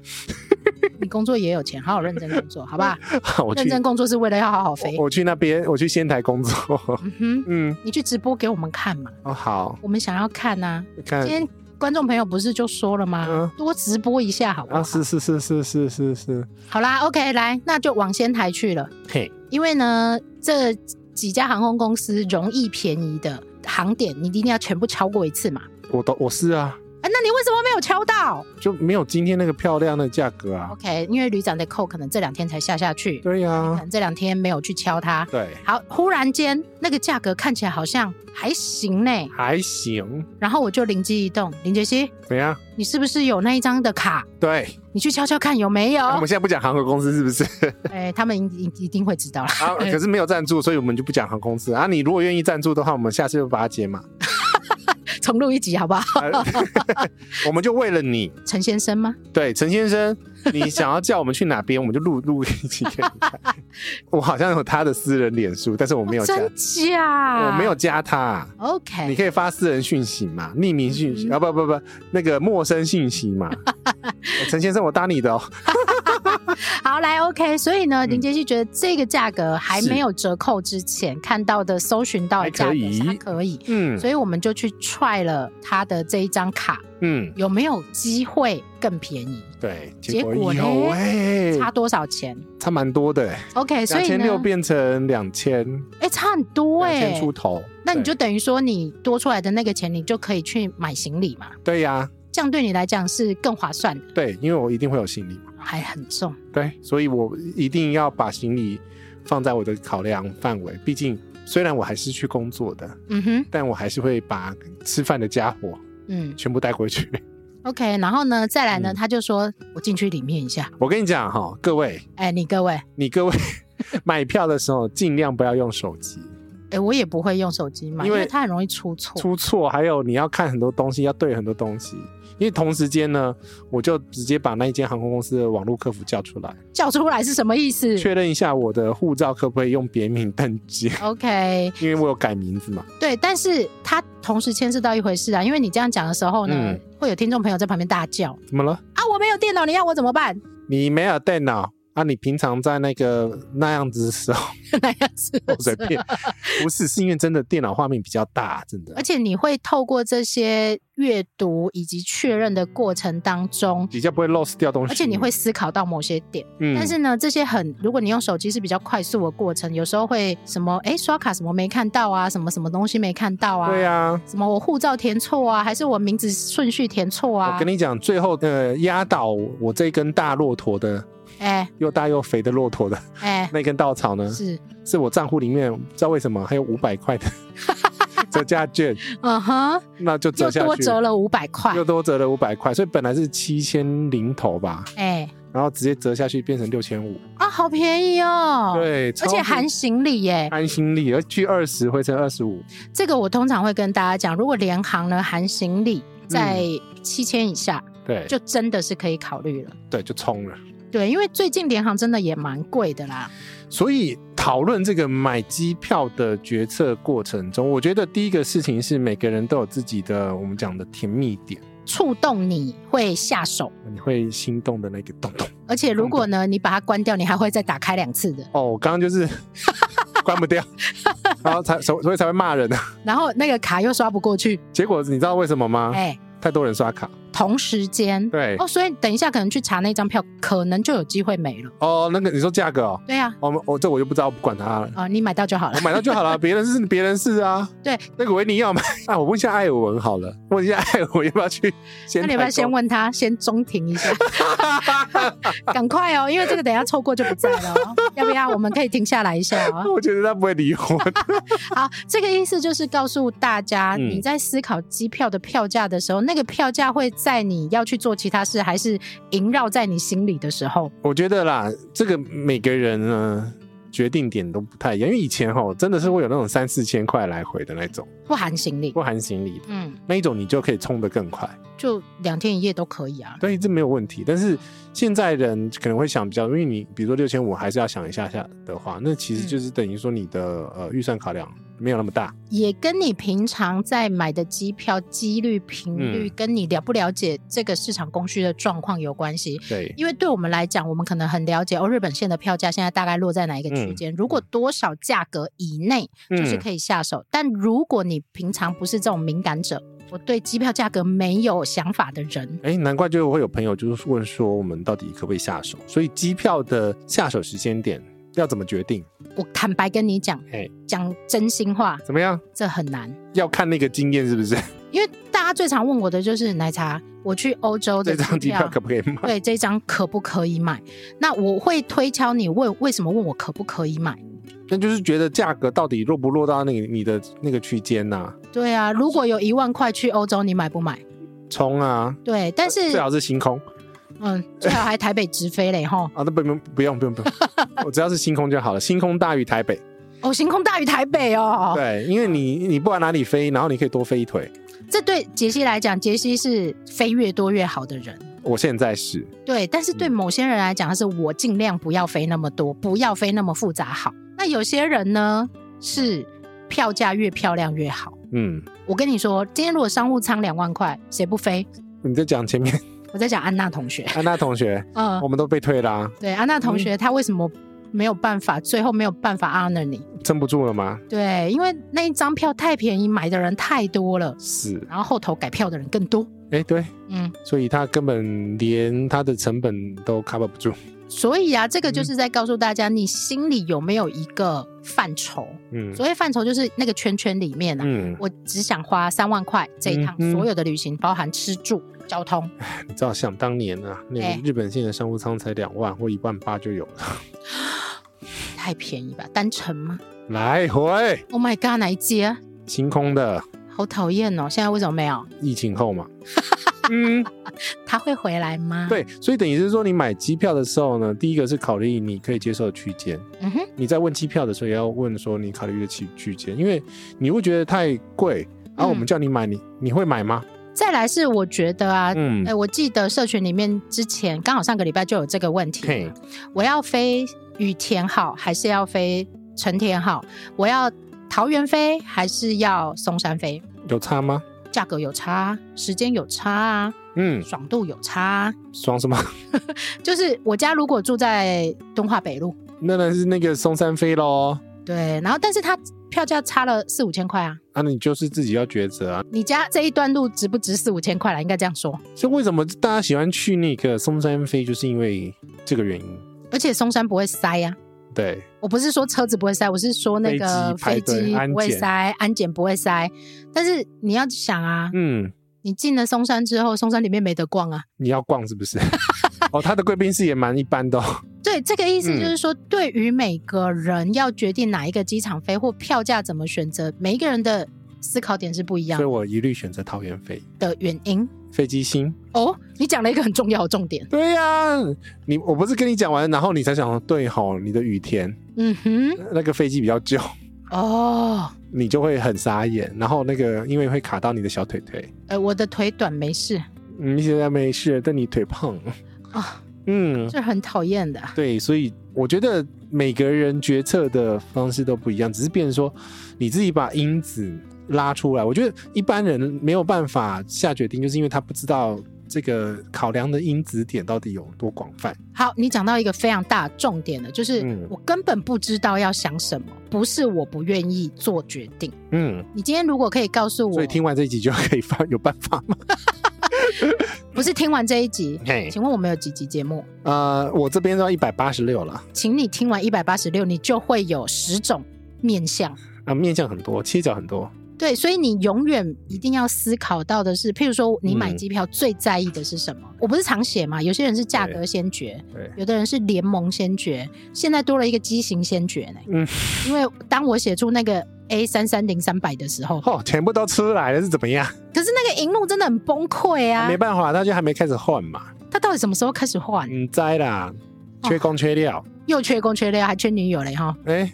Speaker 1: 你工作也有钱，好好认真工 作，好吧？
Speaker 2: 我
Speaker 1: 认
Speaker 2: 去
Speaker 1: 真工作是为了要好好肥
Speaker 2: 我。我去那边，我去仙台工作。
Speaker 1: 嗯哼，
Speaker 2: 嗯，
Speaker 1: 你去直播给我们看嘛，
Speaker 2: 哦好，
Speaker 1: 我们想要看呐、
Speaker 2: 看
Speaker 1: 今天观众朋友不是就说了吗？
Speaker 2: 嗯
Speaker 1: 多直播一下好不好？
Speaker 2: 啊，是是是是是是是，
Speaker 1: 好啦，OK，来，那就往仙台去了，
Speaker 2: 嘿，
Speaker 1: 因为呢，这几家航空公司容易便宜的航点，你一定要全部敲过一次嘛。
Speaker 2: 我都我是啊，
Speaker 1: 啊，那你为什么没有敲到
Speaker 2: 就没有今天那个漂亮的价格啊。
Speaker 1: ？OK，因为旅长的扣可能这两天才下下去，
Speaker 2: 对啊呀、
Speaker 1: 可能这两天没有去敲它。
Speaker 2: 对，
Speaker 1: 好，忽然间那个价格看起来好像还行呢，
Speaker 2: 还行，
Speaker 1: 然后我就灵机一动，林杰西，
Speaker 2: 怎样？
Speaker 1: 你是不是有那一张的卡？
Speaker 2: 对，
Speaker 1: 你去敲敲看有没有
Speaker 2: 我？们现在不讲航空公司是不是？
Speaker 1: 哎、他们一一定会知道啦。
Speaker 2: 啊，可是没有赞助，所以我们就不讲航空公司啊。你如果愿意赞助的话，我们下次就把它解码。
Speaker 1: 重录一集好不好？
Speaker 2: 啊 我们就为了你，
Speaker 1: 陈先生吗？
Speaker 2: 对陈先生，你想要叫我们去哪边，我们就录录一集给你看。我好像有他的私人脸书，但是我没有加，
Speaker 1: 哦真啊假？
Speaker 2: 我没有。加他。啊你
Speaker 1: OK，
Speaker 2: 可以发私人讯息嘛，匿名讯息、
Speaker 1: 嗯
Speaker 2: 啊，不不不，那个陌生讯息 嘛。哎陈、先生，我搭你的哦。
Speaker 1: 好来 OK，所以呢，
Speaker 2: 嗯
Speaker 1: 林杰希觉得这个价格还
Speaker 2: 是
Speaker 1: 没有折扣之前看到的搜寻到的价格
Speaker 2: 嗯还可以
Speaker 1: 是它可以，
Speaker 2: 嗯
Speaker 1: 所以我们就去踹了他的这一张卡，
Speaker 2: 嗯，
Speaker 1: 有没有机会更便宜？
Speaker 2: 对，
Speaker 1: 结
Speaker 2: 结
Speaker 1: 果
Speaker 2: 果
Speaker 1: 嘞
Speaker 2: 有哎、
Speaker 1: 差多少钱
Speaker 2: 差蛮多的、欸，
Speaker 1: ？OK，所
Speaker 2: 两
Speaker 1: 以
Speaker 2: 千
Speaker 1: 呢
Speaker 2: 六，变成两千，
Speaker 1: 哎，差很多
Speaker 2: 两
Speaker 1: 哎
Speaker 2: 千。出头。
Speaker 1: 那你就
Speaker 2: 对
Speaker 1: 等于说，你多出来的那个钱，你就可以去买行李嘛，
Speaker 2: 对呀、
Speaker 1: 这样对你来讲是更划算的，
Speaker 2: 对，因为我一定会有行李嘛，
Speaker 1: 还很重。
Speaker 2: 对，所以我一定要把行李放在我的考量范围。毕竟虽然我还是去工作的，
Speaker 1: 嗯哼，
Speaker 2: 但我还是会把吃饭的家伙
Speaker 1: 嗯。
Speaker 2: 全部带回去。
Speaker 1: OK，然后呢，再来呢，
Speaker 2: 嗯
Speaker 1: 他就说我进去里面一下。
Speaker 2: 我跟你讲哈，各位，
Speaker 1: 哎，你各位，
Speaker 2: 你各位 买票的时候尽量不要用手机，
Speaker 1: 哎，我也不会用手机嘛，因
Speaker 2: 因为
Speaker 1: 为它很容易出错。
Speaker 2: 出错，还有你要看很多东西，要对很多东西。因为同时间呢，我就直接把那一间航空公司的网络客服叫出来，
Speaker 1: 叫出来是什么意思
Speaker 2: 确认一下我的护照可不可以用别名登记，
Speaker 1: ？OK，
Speaker 2: 因为我有改名字嘛。
Speaker 1: 对，但是它同时牵涉到一回事啊，因为你这样讲的时候呢，
Speaker 2: 嗯
Speaker 1: 会有听众朋友在旁边大叫
Speaker 2: 怎么了？
Speaker 1: 啊，我没有电脑，你要我怎么办？
Speaker 2: 你没有电脑啊？你平常在那 个那样子的时候
Speaker 1: 那样子，
Speaker 2: 随便，不是是因为真的电脑画面比较大，真的
Speaker 1: 啊而且你会透过这些阅读以及确认的过程当中，
Speaker 2: 比较不会 lost 掉东西，
Speaker 1: 而且你会，思考到某些点。
Speaker 2: 嗯
Speaker 1: 但是呢，这些很，如果你用手机是比较快速的过程，有时候会什么，哎，刷卡什么没看到啊，什么什么东西没看到啊，
Speaker 2: 对
Speaker 1: 呀，
Speaker 2: 啊，
Speaker 1: 什么我护照填错啊，还是我名字顺序填错啊
Speaker 2: 我跟，你讲，最后呃压倒我这根大骆驼的
Speaker 1: 哎
Speaker 2: 又大又肥的骆驼 的
Speaker 1: 哎，
Speaker 2: 那根稻草呢，
Speaker 1: 是
Speaker 2: 是我账户里面不知道为什么还有五百块的。折价券，
Speaker 1: 嗯哼，
Speaker 2: 那就折
Speaker 1: 又
Speaker 2: 下去，
Speaker 1: 多折了五百块
Speaker 2: 又，多折了五百块，所以本来是七千零头吧，
Speaker 1: 哎、
Speaker 2: 然后直接折下去变成六千五，
Speaker 1: 啊，好便宜哦。，
Speaker 2: 对，
Speaker 1: 而
Speaker 2: 超
Speaker 1: 且
Speaker 2: 过
Speaker 1: 含行李耶，
Speaker 2: 含行李，而去二十回成二十五，
Speaker 1: 这个我通常会跟大家讲，如果联航呢含行李在七千以下，
Speaker 2: 嗯对，
Speaker 1: 就真的是可以考虑了。
Speaker 2: 对，就冲了。
Speaker 1: 对，因为最近联航真的也蛮贵的啦。
Speaker 2: 所以讨论这个买机票的决策过程中，我觉得第一个事情是每个人都有自己的我们讲的甜蜜点，
Speaker 1: 触动你会下手，
Speaker 2: 你会心动的那个洞洞。
Speaker 1: 而且如果呢你把它关掉，你还会再打开两次的。
Speaker 2: 哦，我刚刚就是 关不掉，然后才所所以才会骂人啊。
Speaker 1: 然后那个卡又刷不过去，
Speaker 2: 结果你知道为什么吗？
Speaker 1: 哎、
Speaker 2: 太多人刷卡。
Speaker 1: 同时间。
Speaker 2: 啊对，哦
Speaker 1: 哦，所以等一下可能去查那张票，可能就有机会没了。
Speaker 2: 那个你说价格哦，
Speaker 1: 对呀、
Speaker 2: 我们我这我就不知道，我不管它了。
Speaker 1: 啊，哦，你买到就好了
Speaker 2: 我。买到就好了，别人是别人是啊。
Speaker 1: 对，
Speaker 2: 那个维尼要买啊，我问一下艾尔文好了，问一下艾尔文要不要去先
Speaker 1: 那
Speaker 2: 代购？
Speaker 1: 你要不要先问他，先中停 一下，赶快哦，因为这个等一下错过就不在了、 哦，要不要？我们可以停下来一下哦。
Speaker 2: 我觉得他不会理我。
Speaker 1: 好，这个意思就是告诉大家，
Speaker 2: 嗯
Speaker 1: 你在思考机票的票价的时候，那个票价会在你要去做其他事，还是萦绕在你心里的时候，
Speaker 2: 我觉得啦，这个每个人呢决定点都不太一样，因为以前吼真的是会有那种三四千块来回的那种，
Speaker 1: 不含行李
Speaker 2: 不，含行李的
Speaker 1: 嗯，
Speaker 2: 那一种，你就可以冲得更快，
Speaker 1: 就两天一夜都可以啊。
Speaker 2: 对，这没有问题。但是现在人可能会想比较，因为你比如说六千五还是要想一下下的话，那其
Speaker 1: 嗯
Speaker 2: 实就是等于说你的呃预算考量没有那么大，
Speaker 1: 也跟你平常在买的机票几率、频率，
Speaker 2: 嗯
Speaker 1: 跟你了不了解这个市场供需的状况有关系。
Speaker 2: 对，
Speaker 1: 因为对我们来讲，我们可能很了解哦，日本线的票价现在大概落在哪一个区间？如果多少价格以内，就是
Speaker 2: 嗯
Speaker 1: 可以下手。但如果你平常不是这种敏感者，我对机票价格没有想法的人，
Speaker 2: 哎，难怪就会有朋友就是问说，我们到底可不可以下手？所以机票的下手时间点要怎么决定？
Speaker 1: 我坦白跟你讲
Speaker 2: 嘿，
Speaker 1: 讲真心话，
Speaker 2: 怎么样？
Speaker 1: 这很难。
Speaker 2: 要看那个经验是不是？
Speaker 1: 因为大家最常问我的就是奶茶，我去欧洲的
Speaker 2: 这张机票可不可以买？
Speaker 1: 对这张可不可以买？那我会推敲你问为什么问我可不可以买？
Speaker 2: 那就是觉得价格到底落不落到那个你的那个区间呐？
Speaker 1: 对啊，如果有一万块去欧洲，你买不买？
Speaker 2: 冲啊！
Speaker 1: 对，但是
Speaker 2: 最好是星空
Speaker 1: 嗯， 最好还台北直飞嘞吼！
Speaker 2: 啊！那不用不用 不用不用，我只要是星空就好了。星空大于台北，
Speaker 1: 哦，星空大于台北哦。
Speaker 2: 对，因为你你不管哪里飞，然后你可以多飞一腿。
Speaker 1: 这对杰西来讲，杰西是飞越多越好的人。嗯
Speaker 2: 我现在是
Speaker 1: 对，但是对某些人来讲，他是我尽量不要飞那么多，不要飞那么复杂好。那有些人呢，是票价越漂亮越好。
Speaker 2: 嗯，
Speaker 1: 我跟你说，今天如果商务舱两万块，谁不飞？
Speaker 2: 你在讲前面
Speaker 1: 我在讲安娜同学，
Speaker 2: 安娜同学，
Speaker 1: 嗯
Speaker 2: 我，们都被退啦、
Speaker 1: 对，安娜同学她为什么没有办法，最后没有办法 honor 你？
Speaker 2: 撑不住了吗？
Speaker 1: 对，因为那一张票太便宜，买的人太多了。
Speaker 2: 是，
Speaker 1: 然后后头改票的人更多。
Speaker 2: 哎、对，
Speaker 1: 嗯，
Speaker 2: 所以他根本连他的成本都 cover 不住。
Speaker 1: 所以啊，这个
Speaker 2: 嗯
Speaker 1: 就是在告诉大家，你心里有没有一个范畴？
Speaker 2: 嗯
Speaker 1: 所谓范畴，就是那个圈圈里面啊。
Speaker 2: 嗯，
Speaker 1: 我只想花三万块这一趟
Speaker 2: 嗯嗯
Speaker 1: 所有的旅行，包含吃住、交通。
Speaker 2: 你知道想当年啊，那
Speaker 1: 哎
Speaker 2: 个日本线的商务舱才两万或一万八就有了，
Speaker 1: 太便宜吧？单程吗
Speaker 2: 来回。
Speaker 1: ？Oh my god，哪一节啊？
Speaker 2: 星空的
Speaker 1: 好讨厌哦！现在为什么没有？
Speaker 2: 疫情后 嘛。嗯，
Speaker 1: 他会回来吗？，
Speaker 2: 对，所以等于是说，你买机票的时候呢，第一个是考虑你可以接受的区间。
Speaker 1: 嗯哼，
Speaker 2: 你在问机票的时候，也要问说你考虑的区区间，因为你会觉得太贵，啊，
Speaker 1: 嗯
Speaker 2: 我们叫你买，你你会买吗？
Speaker 1: 再来是我觉得啊，哎、
Speaker 2: 嗯，
Speaker 1: 我记得社群里面之前刚好上个礼拜就有这个问题，
Speaker 2: 嘿，
Speaker 1: 我要飞羽田好，还是要飞成田好？我要桃园飞，还是要松山飞？
Speaker 2: 有差吗？
Speaker 1: 价格有差啊，时间有差啊，
Speaker 2: 嗯，
Speaker 1: 爽度有差啊。
Speaker 2: 爽什么？
Speaker 1: 就是我家如果住在敦化北路，
Speaker 2: 那那是那个松山飞喽。
Speaker 1: 对，然后但是它票价差了四五千块啊。
Speaker 2: 啊，你就是自己要抉择啊。
Speaker 1: 你家这一段路值不值四五千块啦？应该这样说。
Speaker 2: 所以为什么大家喜欢去那个松山飞，就是因为这个原因。
Speaker 1: 而且松山不会塞呀、啊。
Speaker 2: 对，
Speaker 1: 我不是说车子不会塞，我是说那个飞
Speaker 2: 飞机排队
Speaker 1: 机不会
Speaker 2: 安检
Speaker 1: 塞，安检不会塞。但是你要想啊，
Speaker 2: 嗯，
Speaker 1: 你进了松山之后，松山里面没得逛啊。
Speaker 2: 你要逛是不 是？哦，他的贵宾室也蛮一般的、哦。
Speaker 1: 对，这个意思
Speaker 2: 嗯
Speaker 1: 就是说，对于每个人要决定哪一个机场飞或票价怎么选择，每一个人的思考点是不一样
Speaker 2: 所以我一律选择桃园飞
Speaker 1: 的原因。
Speaker 2: 飞机星。
Speaker 1: 哦，你讲了一个很重要的重点。
Speaker 2: 对呀、你我不是跟你讲完，然后你才想说对吼，你的雨田
Speaker 1: 嗯哼，
Speaker 2: 那个飞机比较旧，
Speaker 1: 哦，
Speaker 2: 你就会很傻眼，然后那个因为会卡到你的小腿腿，嗯
Speaker 1: 呃，我的腿短没事
Speaker 2: 你现在没事，但你腿胖，
Speaker 1: 啊、
Speaker 2: 嗯，
Speaker 1: 这很讨厌的。
Speaker 2: 对，所以我觉得每个人决策的方式都不一样，只是变成说你自己把因子拉出来。我觉得一般人没有办法下决定，就是因为他不知道这个考量的因子点到底有多广泛。
Speaker 1: 好，你讲到一个非常大的重点了，就是
Speaker 2: 嗯
Speaker 1: 我根本不知道要想什么，不是我不愿意做决定。
Speaker 2: 嗯，
Speaker 1: 你今天如果可以告诉
Speaker 2: 所
Speaker 1: 我
Speaker 2: 以，听完这一集就可以发有办法吗？
Speaker 1: 不是听完这一集，
Speaker 2: 嘿，
Speaker 1: 请问我们有几集节目？
Speaker 2: 呃，我这边到一百八十六了，
Speaker 1: 请你听完一百八十六，你就会有十种面相。
Speaker 2: 啊，面向很多，切角很多，
Speaker 1: 对，所以你永远一定要思考到的是，譬如说你买
Speaker 2: 嗯
Speaker 1: 机票最在意的是什么？我不是常写嘛，有些人是价格先决，
Speaker 2: 对，
Speaker 1: 有的人是联盟先决，现在多了一个机型先决呢。
Speaker 2: 嗯，
Speaker 1: 因为当我写出那个 A 三三零三百的时候，
Speaker 2: 哦，全部都出来了是怎么样？
Speaker 1: 可是那个荧幕真的很崩溃啊
Speaker 2: 没！办法，他就还没开始换嘛，
Speaker 1: 他到底什么时候开始换？
Speaker 2: 嗯，栽啦，缺工缺料，
Speaker 1: 又缺工缺料，还缺女友嘞哈！
Speaker 2: 哎、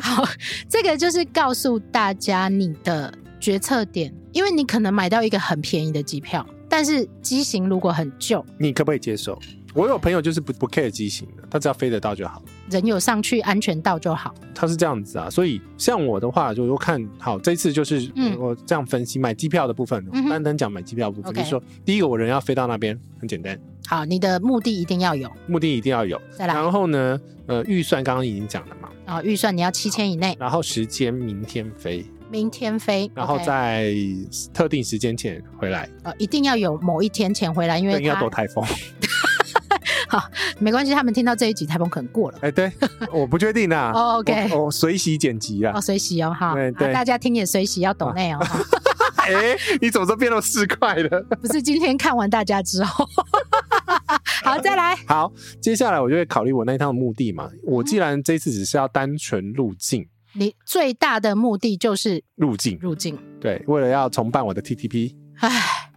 Speaker 1: 好，这个就是告诉大家你的决策点，因为你可能买到一个很便宜的机票，但是机型如果很旧，
Speaker 2: 你可不可以接受？我有朋友就是不不 care 机型的，他只要飞得到就好。
Speaker 1: 人有上去安全到就好。
Speaker 2: 他是这样子啊，所以像我的话，就都看好这次就是
Speaker 1: 嗯
Speaker 2: 我这样分析买机票的部分
Speaker 1: 嗯哼，
Speaker 2: 单单讲买机票的部分，
Speaker 1: OK
Speaker 2: 就是说第一个我人要飞到那边很简单，
Speaker 1: 好，你的目的一定要有，
Speaker 2: 目的一定要有，
Speaker 1: 再来
Speaker 2: 然后呢，呃，预算刚刚已经讲了嘛，
Speaker 1: 啊、预算你要七千以内，
Speaker 2: 然后时间明天飞，
Speaker 1: 明天飞，
Speaker 2: 然后
Speaker 1: OK
Speaker 2: 在特定时间前回来，
Speaker 1: 呃一定要有某一天前回来，因
Speaker 2: 对，
Speaker 1: 为
Speaker 2: 应该
Speaker 1: 他
Speaker 2: 躲台风。
Speaker 1: 没关系，他们听到这一集台风可能过了。
Speaker 2: 哎，对，我不确定啦。
Speaker 1: 哦，OK
Speaker 2: 我我随喜剪辑啦
Speaker 1: 哦，。随喜哦哈，
Speaker 2: 对
Speaker 1: 啊
Speaker 2: 对
Speaker 1: 大家听也随喜，要懂内哦， 哈
Speaker 2: 哎，你怎么都变到四块了？
Speaker 1: 不是今天看完大家之后， 好再来，
Speaker 2: 好，接下来我就会考虑我那一趟的目的嘛。我既然这次只是要单纯入境，
Speaker 1: 你最大的目的就是
Speaker 2: 入境
Speaker 1: 入境，
Speaker 2: 对，为了要重办我的 TTP，
Speaker 1: 唉，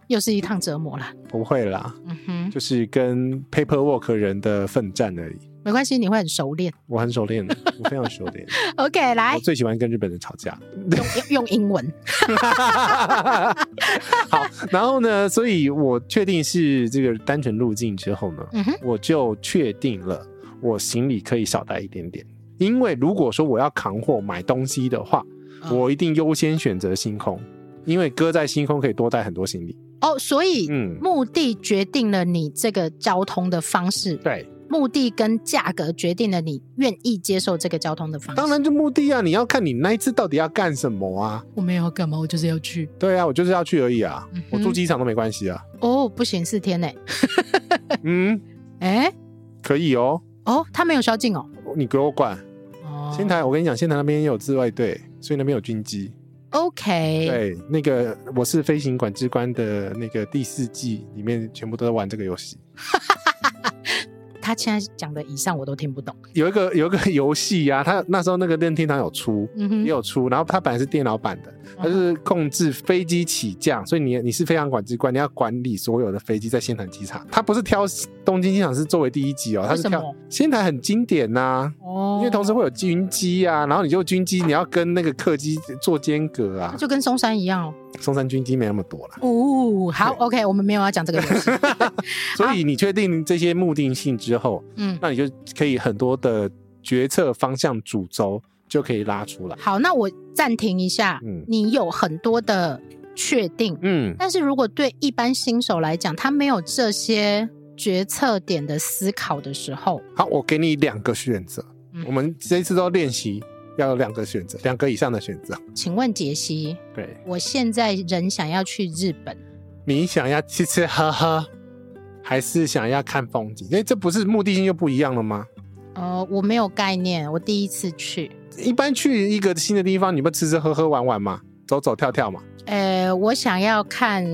Speaker 1: 又是一趟折磨了。
Speaker 2: 不会啦，
Speaker 1: 嗯哼，
Speaker 2: 就是跟 paperwork 人的奋战而已。
Speaker 1: 没关系，你会很熟练。
Speaker 2: 我很熟练的，我非常熟练。
Speaker 1: OK，来
Speaker 2: 我最喜欢跟日本人吵架。
Speaker 1: 用用英文，
Speaker 2: 好，然后呢，所以我确定是这个单纯入境之后呢，
Speaker 1: 嗯哼，
Speaker 2: 我就确定了我行李可以少带一点点，因为如果说我要扛货买东西的话，
Speaker 1: 嗯
Speaker 2: 我一定优先选择星空，因为搁在星空可以多带很多行李。
Speaker 1: 哦，所以
Speaker 2: 嗯，
Speaker 1: 目的决定了你这个交通的方式，
Speaker 2: 对，
Speaker 1: 目的跟价格决定了你愿意接受这个交通的方式。
Speaker 2: 当，然就目的啊，你要看你那一次到底要干什么啊。
Speaker 1: 我没有要干嘛，我就是要去。
Speaker 2: 对啊，我就是要去而已啊，
Speaker 1: 嗯哼
Speaker 2: 我住机场都没关 系啊。
Speaker 1: 哦，不行，四天呢？
Speaker 2: 嗯，
Speaker 1: 哎，
Speaker 2: 可以哦，
Speaker 1: 哦，他没有宵禁哦。
Speaker 2: 你给我管。
Speaker 1: 哦，
Speaker 2: 仙台，我跟你讲，仙台那边也有自卫队，所以那边有军机。
Speaker 1: OK，
Speaker 2: 对，那个我是飞行管制官的那个第四季里面，全部都在玩这个游戏。
Speaker 1: 他现在讲的以上我都听不懂。
Speaker 2: 有一个有一个游戏啊，它那时候那个任天堂有出，
Speaker 1: 嗯
Speaker 2: 也
Speaker 1: 哼，
Speaker 2: 有出，然后它本来是电脑版的，它就是控制飞机起降，所以你你是飞航管制官，你要管理所有的飞机在仙台机场。它不是挑东京机场是作为第一级哦，它是
Speaker 1: 为什
Speaker 2: 挑
Speaker 1: 么
Speaker 2: 仙台很经典呐、
Speaker 1: 哦
Speaker 2: 因为同时会有军机啊，然后你就军机你要跟那个客机做间隔啊
Speaker 1: 那，就跟松山一样哦。
Speaker 2: 松山军机没那么多啦。
Speaker 1: 哦，好
Speaker 2: 对
Speaker 1: ，OK，我们没有要讲这个 游戏。
Speaker 2: 所
Speaker 1: 啊
Speaker 2: 以你确定这些目的性之后，
Speaker 1: 嗯，
Speaker 2: 那你就可以很多的决策方向主轴就可以拉出来。
Speaker 1: 好，那我暂停一下。
Speaker 2: 嗯
Speaker 1: 你有很多的确定，
Speaker 2: 嗯，
Speaker 1: 但是如果对一般新手来讲，他没有这些决策点的思考的时候，
Speaker 2: 好，我给你两个选择
Speaker 1: 嗯。
Speaker 2: 我们这一次都练习要有两个选择，两个以上的选择。
Speaker 1: 请问杰西，
Speaker 2: 对，
Speaker 1: 我现在人想要去日本，
Speaker 2: 你想要吃吃喝喝，还是想要看风景？因为这不是目的性就不一样了吗？
Speaker 1: 呃，我没有概念，我第一次去，
Speaker 2: 一般去一个新的地方，你不吃吃喝喝玩玩嘛，走走跳跳嘛，
Speaker 1: 呃，我想要看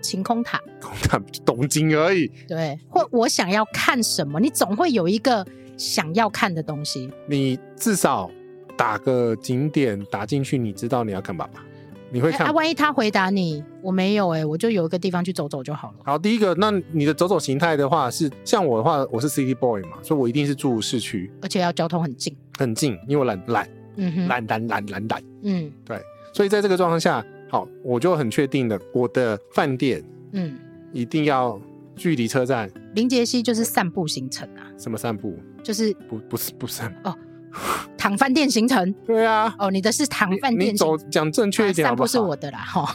Speaker 1: 晴空塔，
Speaker 2: 看东京而已。
Speaker 1: 对，或我想要看什么，你总会有一个想要看的东西。
Speaker 2: 你至少打个景点打进去，你知道你要干嘛吧？你会
Speaker 1: 哎
Speaker 2: 看
Speaker 1: 啊，？万一他回答你我没有哎、我就有一个地方去走走就好了。
Speaker 2: 好，第一个，那你的走走形态的话是，像我的话，我是 city boy 嘛，所以我一定是住市区，
Speaker 1: 而且要交通很近，
Speaker 2: 很近，因为我懒懒
Speaker 1: 嗯哼，
Speaker 2: 懒懒懒懒懒，
Speaker 1: 嗯
Speaker 2: 所以在这个状况下，好，我就很确定的，我的饭店
Speaker 1: 嗯，
Speaker 2: 一定要距离车站
Speaker 1: 林杰西就是散步行程啊，
Speaker 2: 什么散步，
Speaker 1: 就是
Speaker 2: 不不是不散，
Speaker 1: 躺饭店行程。
Speaker 2: 对啊。
Speaker 1: 哦，你的是躺
Speaker 2: 你
Speaker 1: 饭
Speaker 2: 你
Speaker 1: 店行
Speaker 2: 走讲正确一点
Speaker 1: 啊散
Speaker 2: 好不
Speaker 1: 步
Speaker 2: 好？
Speaker 1: 是我的啦，哈、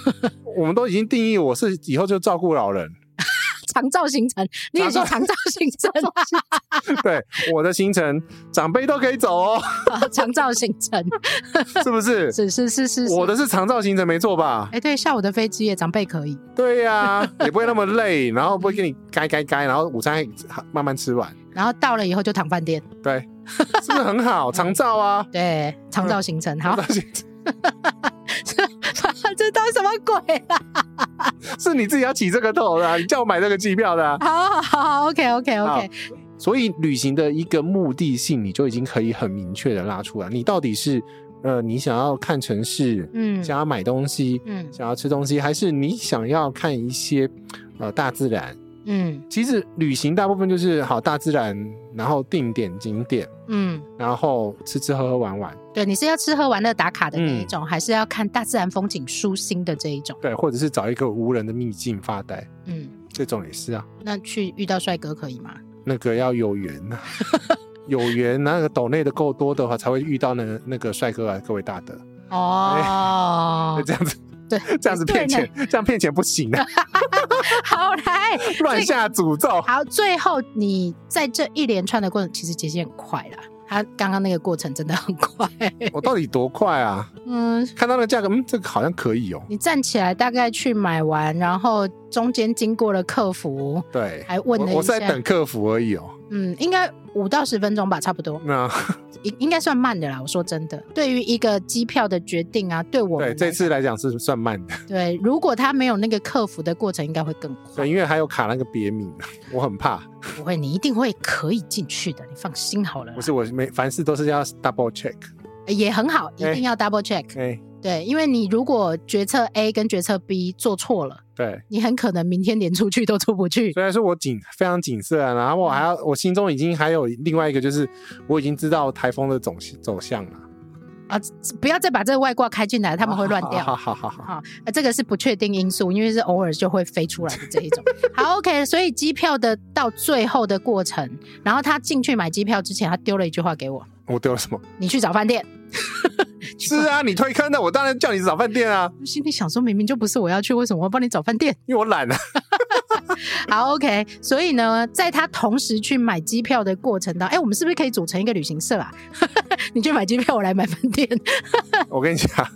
Speaker 2: 我们都已经定义我是以后就照顾老人，
Speaker 1: 长照行程，你也是长照行程
Speaker 2: 对我的行程，长辈都可以走哦，
Speaker 1: 啊，长照行程，
Speaker 2: 是不是？
Speaker 1: 是是是是是
Speaker 2: 我的是长照行程没错吧
Speaker 1: 哎、？对，下午的飞机也长辈可以，
Speaker 2: 对呀、 也不会那么累，然后不会给你该该该，然后午餐还慢慢吃完，
Speaker 1: 然后到了以后就躺饭店，
Speaker 2: 对， 是不是很好？长照啊，
Speaker 1: 对，长照行程，好
Speaker 2: 长，照行程
Speaker 1: 这到底什么鬼啊？
Speaker 2: 是你自己要起这个头的啊、你叫我买这个机票的啊、
Speaker 1: 哦好好好，OK OK
Speaker 2: 好
Speaker 1: OK，
Speaker 2: 所以旅行的一个目的性，你就已经可以很明确的拉出来，你到底是呃，你想要看城市，
Speaker 1: 嗯
Speaker 2: 想要买东西，
Speaker 1: 嗯
Speaker 2: 想要吃东西，还是你想要看一些呃大自然？
Speaker 1: 嗯
Speaker 2: 其实旅行大部分就是好大自然，然后定点景点，
Speaker 1: 嗯，
Speaker 2: 然后吃吃喝喝玩玩，
Speaker 1: 对，你是要吃喝玩乐打卡的
Speaker 2: 嗯
Speaker 1: 那一种，还是要看大自然风景舒心的这一种？
Speaker 2: 对，或者是找一个无人的秘境发呆，
Speaker 1: 嗯，
Speaker 2: 这种也是啊。
Speaker 1: 那去遇到帅哥可以吗？
Speaker 2: 那个要有缘呐、 有缘那个抖内的够多的话，才会遇到那个那个帅哥啊，各位大德。
Speaker 1: 哦
Speaker 2: 那，这样子，
Speaker 1: 对，
Speaker 2: 这样子骗钱，这样骗钱不行啊，
Speaker 1: 好来，
Speaker 2: 乱下诅 咒。
Speaker 1: 好，最后你在这一连串的过程，其实杰西很快啦，他刚刚那个过程真的很快。
Speaker 2: 我到底多快啊？
Speaker 1: 嗯，
Speaker 2: 看到那价格，嗯，这个好像可以哦。
Speaker 1: 你站起来大概去买完，然后中间经过了客服，
Speaker 2: 对，
Speaker 1: 还问了
Speaker 2: 我
Speaker 1: 一
Speaker 2: 我是
Speaker 1: 下，
Speaker 2: 在等客服而已哦。
Speaker 1: 嗯，应该五到十分钟吧，差不多，
Speaker 2: 那
Speaker 1: 应应该算慢的啦。我说真的，对于一个机票的决定啊，对我
Speaker 2: 对
Speaker 1: 们
Speaker 2: 这
Speaker 1: 来
Speaker 2: 次来讲是算慢 的，
Speaker 1: 对，如果他没有那个客服的过程，应该会更快
Speaker 2: 对，。因为还有卡那个别名，啊我很怕。
Speaker 1: 不会，你一定会可以进去的，你放心好了啦。呃
Speaker 2: 不是我没凡事都是要 double check。
Speaker 1: 也很好，一
Speaker 2: 哎
Speaker 1: 定要 double check、
Speaker 2: 哎，
Speaker 1: 对，因为你如果决策 A 跟决策 B 做错了，
Speaker 2: 对，
Speaker 1: 你很可能明天连出去都出不去。
Speaker 2: 虽然说我景非常景色啊，然后我还要我心中已经还有另外一个，就是我已经知道台风的走走向了，
Speaker 1: 啊不要再把这个外挂开进来，他们会乱掉。
Speaker 2: 啊好好好好好，
Speaker 1: 好，呃，这个是不确定因素，因为是偶尔就会飞出来的这一种。好，OK，所以机票的到最后的过程，然后他进去买机票之前，他丢了一句话给我
Speaker 2: 我丢了什么？：“
Speaker 1: 你去找饭店。
Speaker 2: 是啊，你推坑的，我当然叫你找饭店啊，”
Speaker 1: 我心里想说，明明就不是我要去，为什么我要帮你找饭店？
Speaker 2: 因为我懒啊。
Speaker 1: 好，OK，所以呢，在他同时去买机票的过程当中，哎，我们是不是可以组成一个旅行社啊？ 你去买机票，我来买饭店。
Speaker 2: 我跟你讲，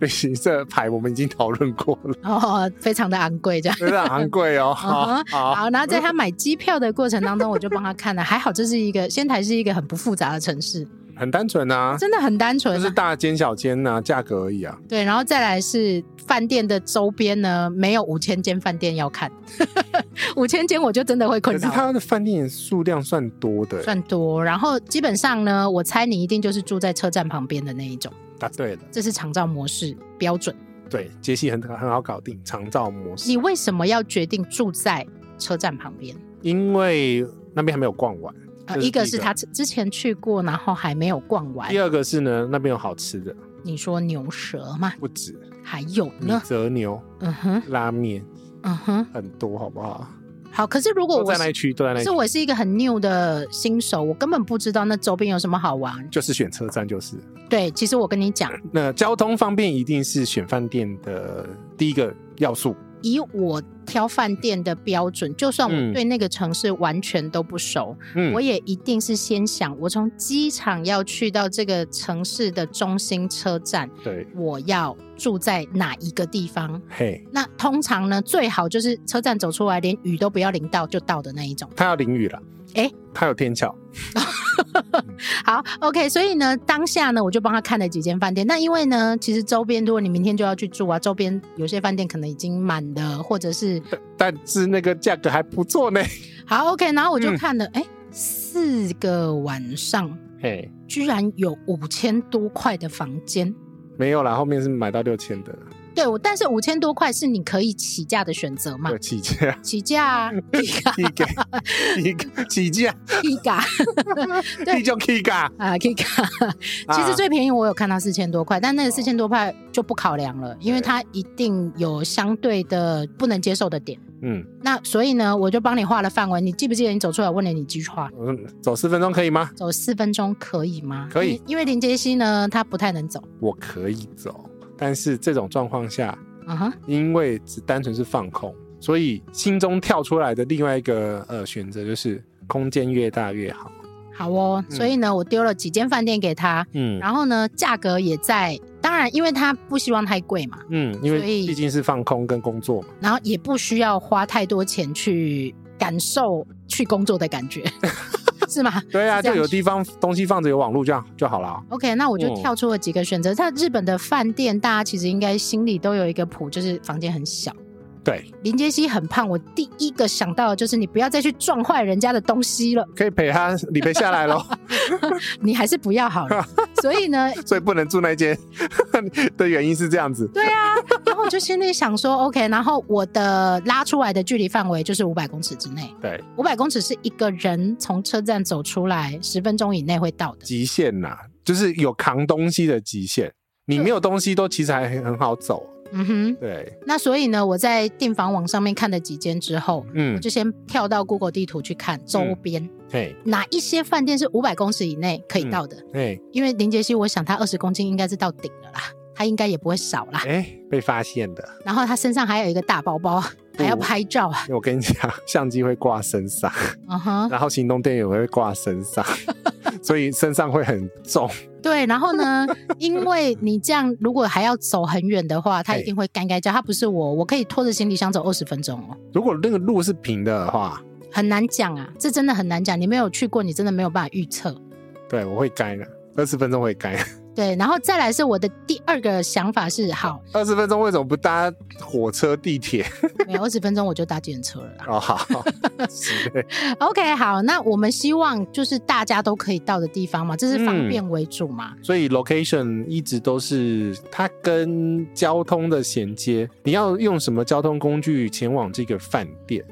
Speaker 2: 旅行社牌我们已经讨论过了，
Speaker 1: 哦，非常的昂贵，这样。
Speaker 2: 真的很贵哦。
Speaker 1: 嗯
Speaker 2: 好，好，嗯
Speaker 1: 好，然后在他买机票的过程当中，我就帮他看了，还好这是一个仙台是一个很不复杂的城市，
Speaker 2: 很单纯啊，
Speaker 1: 真的很单
Speaker 2: 就
Speaker 1: 纯、
Speaker 2: 是
Speaker 1: 啊。
Speaker 2: 大间小间呐，价格而已啊。
Speaker 1: 对，然后再来是饭店的周边呢，没有五千间饭店要看，五千间我就真的会
Speaker 2: 可
Speaker 1: 困
Speaker 2: 是
Speaker 1: 扰。
Speaker 2: 它的饭店数量算多的，
Speaker 1: 算多，然后基本上呢，我猜你一定就是住在车站旁边的那一种，
Speaker 2: 答对了。
Speaker 1: 这是长照模式标准。
Speaker 2: 对，杰西很很好搞定，长照模式，
Speaker 1: 你为什么要决定住在车站旁边？
Speaker 2: 因为那边还没有逛完。
Speaker 1: 呃，
Speaker 2: 这是
Speaker 1: 一个
Speaker 2: 第一
Speaker 1: 是
Speaker 2: 个
Speaker 1: 他之之前去过，然后还没有逛完
Speaker 2: 第。二个是呢，那边有好吃的，
Speaker 1: 你说牛舌嘛，
Speaker 2: 不止
Speaker 1: 还有
Speaker 2: 米
Speaker 1: 呢，
Speaker 2: 泽牛
Speaker 1: 嗯哼，
Speaker 2: 拉面
Speaker 1: 嗯哼。
Speaker 2: 很多，好不好？
Speaker 1: 好，可是如果
Speaker 2: 都
Speaker 1: 我
Speaker 2: 在那一
Speaker 1: 是
Speaker 2: 区，都在那
Speaker 1: 可
Speaker 2: 一
Speaker 1: 是
Speaker 2: 区，
Speaker 1: 我是一个很 new 的新手，我根本不知道那周边有什么好玩。
Speaker 2: 就是选车站，就是
Speaker 1: 对，其实我跟你讲，
Speaker 2: 那交通方便一定是选饭店的第一个要素。
Speaker 1: 以我挑饭店的标准，就算我
Speaker 2: 嗯
Speaker 1: 对那个城市完全都不熟，
Speaker 2: 嗯
Speaker 1: 我，也一定是先想，我从机场要去到这个城市的中心车站，
Speaker 2: 对，
Speaker 1: 我要住在哪一个地方？
Speaker 2: 嘿，
Speaker 1: 那通常呢，最好就是车站走出来，连雨都不要淋到就到的那一种。
Speaker 2: 它要淋雨了，
Speaker 1: 诶
Speaker 2: 它有天桥，
Speaker 1: 好，OK，所以呢，当下呢，我就帮他看了几间饭店。那因为呢，其实周边，如果你明天就要去住啊，周边有些饭店可能已经满了，或者是
Speaker 2: 但是那个价格还不错呢。
Speaker 1: 好 OK，然后我就
Speaker 2: 嗯
Speaker 1: 看了，哎、四个晚上
Speaker 2: 嘿，
Speaker 1: 居然有五千多块的房间，
Speaker 2: 没有啦，后面是买到六千的，
Speaker 1: 对，我但是五千多块是你可以起价的选择嘛
Speaker 2: 对，？起价，
Speaker 1: 起价啊，起价，
Speaker 2: 起价，起价起价，
Speaker 1: 起价对
Speaker 2: 你叫起价。
Speaker 1: 啊，起价。
Speaker 2: 啊
Speaker 1: 其实最便宜我有看到四千多块，但那个四千多块就不考量了，因为
Speaker 2: 哦对
Speaker 1: 它一定有相对的不能接受的点。
Speaker 2: 嗯，
Speaker 1: 那所以呢，我就帮你画了范围。你记不记得你走出来我问了你几句话？
Speaker 2: 我说走四分钟可以吗？
Speaker 1: 走四分钟可以吗？
Speaker 2: 可以
Speaker 1: 因为因为林杰西呢，他不太能走。
Speaker 2: 我可以走，但是这种状况下，
Speaker 1: 嗯哼，
Speaker 2: 因为只单纯是放空，所以心中跳出来的另外一个呃选择就是空间越大越好。
Speaker 1: 好哦。
Speaker 2: 嗯
Speaker 1: 所以呢，我丢了几间饭店给他，
Speaker 2: 嗯
Speaker 1: 然后呢，价格也在。当然，因为他不希望太贵嘛，
Speaker 2: 嗯，因为
Speaker 1: 所以
Speaker 2: 毕竟是放空跟工作嘛。
Speaker 1: 然后也不需要花太多钱去感受去工作的感觉， 是吗？
Speaker 2: 对啊，
Speaker 1: 是这样
Speaker 2: 就有地方东西放着，有网络这样就好了。
Speaker 1: OK，那我就
Speaker 2: 嗯
Speaker 1: 跳出了几个选择。在日本的饭店，大家其实应该心里都有一个谱，就是房间很小。
Speaker 2: 对，
Speaker 1: 林杰西很胖，我第一个想到的就是你不要再去撞坏人家的东西了，
Speaker 2: 可以陪他理赔下 来咯，
Speaker 1: 你还是不要好了。所以呢，
Speaker 2: 所以不能住那间的原因是这样子。
Speaker 1: 对啊，然后我就心里想说 OK，然后我的拉出来的距离范围就是五百公尺之内，
Speaker 2: 对，
Speaker 1: 五百公尺是一个人从车站走出来十分钟以内会到的。
Speaker 2: 极限呐、就是有扛东西的极限。你没有东西都其实还很好走。
Speaker 1: 嗯哼，
Speaker 2: 对，
Speaker 1: 那所以呢，我在订房网上面看了几间之后，
Speaker 2: 嗯
Speaker 1: 我，就先跳到 Google 地图去看周边。
Speaker 2: 嘿，
Speaker 1: 哪一些饭店是五百公尺以内可以到的？
Speaker 2: 嘿，
Speaker 1: 因为林杰西，我想他二十公斤应该是到顶了啦，他应该也不会少啦。
Speaker 2: 哎，被发现的。
Speaker 1: 然后他身上还有一个大包包，还要拍照啊，
Speaker 2: 我跟你讲，相机会挂身上，
Speaker 1: 嗯哼，
Speaker 2: 然后行动电源会挂身上，所以身上会很重。
Speaker 1: 对。然后呢，因为你这样如果还要走很远的话，他
Speaker 2: 哎
Speaker 1: 一定会干干叫。他不是我，我可以拖着行李箱走二十分钟哦，
Speaker 2: 如果那个路是平的话，
Speaker 1: 很难讲啊，这真的很难讲。你没有去过，你真的没有办法预测。
Speaker 2: 对我会该的，二十分钟会该。
Speaker 1: 对，然后再来是我的第二个想法是，好，
Speaker 2: 二十分钟为什么不搭火车、地铁？
Speaker 1: 没有二十分钟我就搭计程车了啦。
Speaker 2: 哦，好，是的
Speaker 1: OK，好，那我们希望就是大家都可以到的地方嘛，这是方
Speaker 2: 嗯
Speaker 1: 便为主嘛。
Speaker 2: 所以 location 一直都是它跟交通的衔接。你要用什么交通工具前往这个饭店？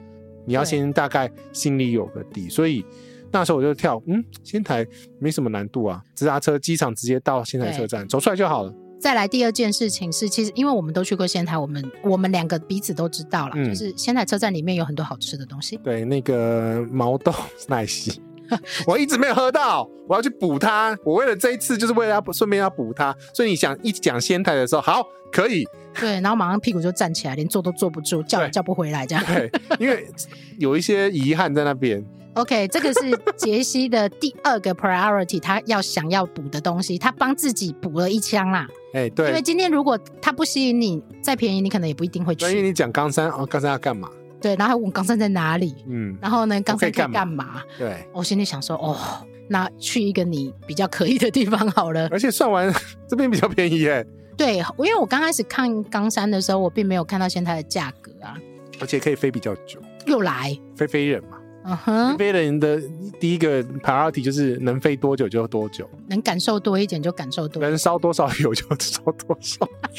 Speaker 2: 你要
Speaker 1: 对
Speaker 2: 先大概心里有个底。所以那时候我就跳，嗯，仙台没什么难度啊，直达车机场直接到仙台车站，走出来就好了。
Speaker 1: 再来第二件事情是，其实因为我们都去过仙台，我们我们两个彼此都知道了，
Speaker 2: 嗯
Speaker 1: 就是仙台车站里面有很多好吃的东西。
Speaker 2: 对，那个毛豆 奶昔，我一直没有喝到，我要去补它。我为了这一次，就是为了要顺便要补它。所以你想一讲仙台的时候，好，可以，
Speaker 1: 对，然后马上屁股就站起来，连坐都坐不住，叫也
Speaker 2: 对
Speaker 1: 叫不回来这样。
Speaker 2: 对，因为有一些遗憾在那边。
Speaker 1: OK，这个是杰西的第二个 priority，他要想要补的东西，他帮自己补了一枪啦。
Speaker 2: 哎、
Speaker 1: 因为
Speaker 2: 对，
Speaker 1: 今天如果他不吸引你，再便宜你可能也不一定会
Speaker 2: 对，因为
Speaker 1: 去。
Speaker 2: 你讲冈山哦，冈山要干嘛？
Speaker 1: 对，然后还问冈山在哪里，
Speaker 2: 嗯，
Speaker 1: 然后呢，冈山
Speaker 2: 可以
Speaker 1: 可
Speaker 2: 干
Speaker 1: 以
Speaker 2: 嘛
Speaker 1: 干嘛？
Speaker 2: 对。
Speaker 1: 我心里想说，哦，那去一个你比较可以的地方好了。
Speaker 2: 而且算完 这边比较便宜耶，
Speaker 1: 对，因为我刚开始看冈山的时候，我并没有看到现在的价格啊，
Speaker 2: 而且可以飞比较久。
Speaker 1: 又来，
Speaker 2: 飞飞人嘛，
Speaker 1: 嗯哼，
Speaker 2: 飞人的第一个 priority 就是能飞多久就多久，
Speaker 1: 能感受多一点就感受多。
Speaker 2: 能烧多少油就烧多少。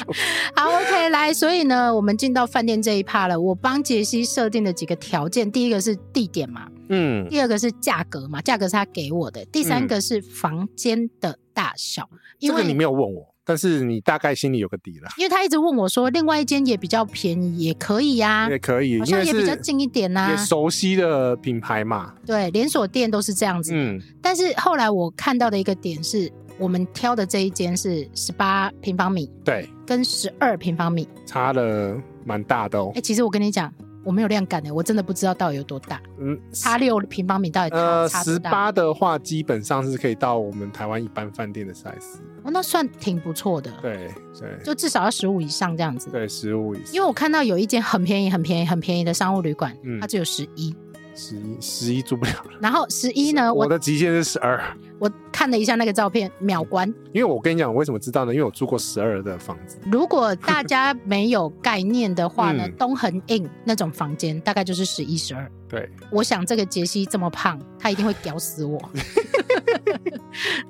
Speaker 1: 好，OK，来，所以呢，我们进到饭店这一趴了。我帮杰西设定的几个条件，第一个是地点嘛，
Speaker 2: 嗯，
Speaker 1: 第二个是价格嘛，价格是他给我的，第三个是房间的大小，因
Speaker 2: 这个
Speaker 1: 为
Speaker 2: 你没有问我，但是你大概心里有个底了，
Speaker 1: 因为他一直问我说，另外一间也比较便宜，也可以呀、
Speaker 2: 也可以，
Speaker 1: 啊好
Speaker 2: 因
Speaker 1: 像
Speaker 2: 为
Speaker 1: 也
Speaker 2: 是
Speaker 1: 比较近一啊点呐、
Speaker 2: 也熟悉的品牌嘛。
Speaker 1: 对，连锁店都是这样子。
Speaker 2: 嗯，
Speaker 1: 但是后来我看到的一个点是，我们挑的这一间是十八平方米
Speaker 2: 对，
Speaker 1: 跟十二平方米。
Speaker 2: 差了蛮大的哦
Speaker 1: 哎、。其实我跟你讲，我没有量感的，我真的不知道到底有多大，
Speaker 2: 嗯，
Speaker 1: 差六平方米到底
Speaker 2: 呃，
Speaker 1: 差差
Speaker 2: 十
Speaker 1: 多大？
Speaker 2: 八的话，基本上是可以到我们台湾一般饭店的 size。
Speaker 1: 哦，那算挺不错的，
Speaker 2: 对对
Speaker 1: 就至少要十五以上这样子。
Speaker 2: 对，十五以
Speaker 1: 因为我看到有一间很便宜、很便宜、很便宜的商务旅馆，
Speaker 2: 嗯
Speaker 1: 它只有十一，
Speaker 2: 十一十一住不了了。
Speaker 1: 然后十一呢，
Speaker 2: 我
Speaker 1: 呃我
Speaker 2: 的极限是十二，
Speaker 1: 我看了一下那个照片，秒关。
Speaker 2: 因为我跟你讲，我为什么知道呢？因为我住过十二的房子。
Speaker 1: 如果大家没有概念的话呢，
Speaker 2: 嗯
Speaker 1: 东恒印那种房间大概就是十一、十二。
Speaker 2: 对，
Speaker 1: 我想这个杰西这么胖，他一定会屌死我。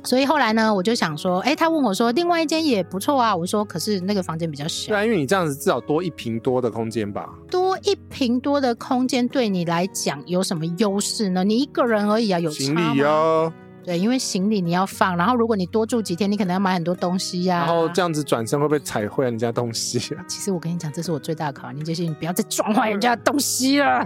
Speaker 1: 所以后来呢，我就想说，哎，他问我说，另外一间也不错啊。我说，可是那个房间比较
Speaker 2: 对
Speaker 1: 小，
Speaker 2: 啊，因为你这样子至少多一平多的空间吧。
Speaker 1: 多一平多的空间对你来讲有什么优势呢？你一个人而已啊，有
Speaker 2: 行
Speaker 1: 差
Speaker 2: 李
Speaker 1: 吗
Speaker 2: 哦，
Speaker 1: 对，因为行李你要放，然后如果你多住几天，你可能要买很多东西呀、
Speaker 2: 然后这样子转身会不会踩坏人家东西、啊？
Speaker 1: 其实我跟你讲，这是我最大的考验，林杰信，你不要再撞坏人家的东西了。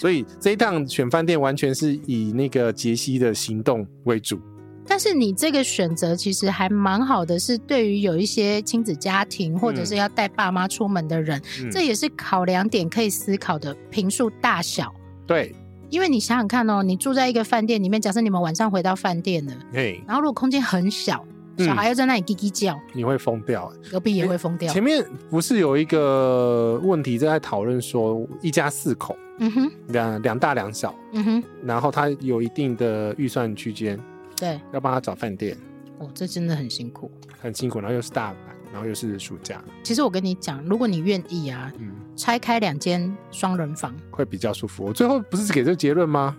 Speaker 2: 所以这一趟选饭店完全是以那个杰西的行动为主。
Speaker 1: 但是你这个选择其实还蛮好的，是对于有一些亲子家庭或者是要带爸妈出门的人，
Speaker 2: 嗯
Speaker 1: 这也是考量点可以思考的平数大小。
Speaker 2: 对，
Speaker 1: 因为你想想看哦，你住在一个饭店里面，假设你们晚上回到饭店了，
Speaker 2: 嘿，
Speaker 1: 然后如果空间很小，
Speaker 2: 嗯
Speaker 1: 小孩又在那里叽叽叫，
Speaker 2: 你会疯掉、
Speaker 1: 隔壁也会疯掉。
Speaker 2: 前面不是有一个问题正在讨论说，一家四口，
Speaker 1: 嗯哼，
Speaker 2: 两两大两小，
Speaker 1: 嗯哼，
Speaker 2: 然后他有一定的预算区间，
Speaker 1: 对，
Speaker 2: 要帮他找饭店，
Speaker 1: 哦，这真的很辛苦。
Speaker 2: 很辛苦，然后又是大阪，然后又是暑假，
Speaker 1: 其实我跟你讲，如果你愿意啊，
Speaker 2: 嗯，
Speaker 1: 拆开两间双人房，
Speaker 2: 会比较舒服。我最后不是给这个结论吗？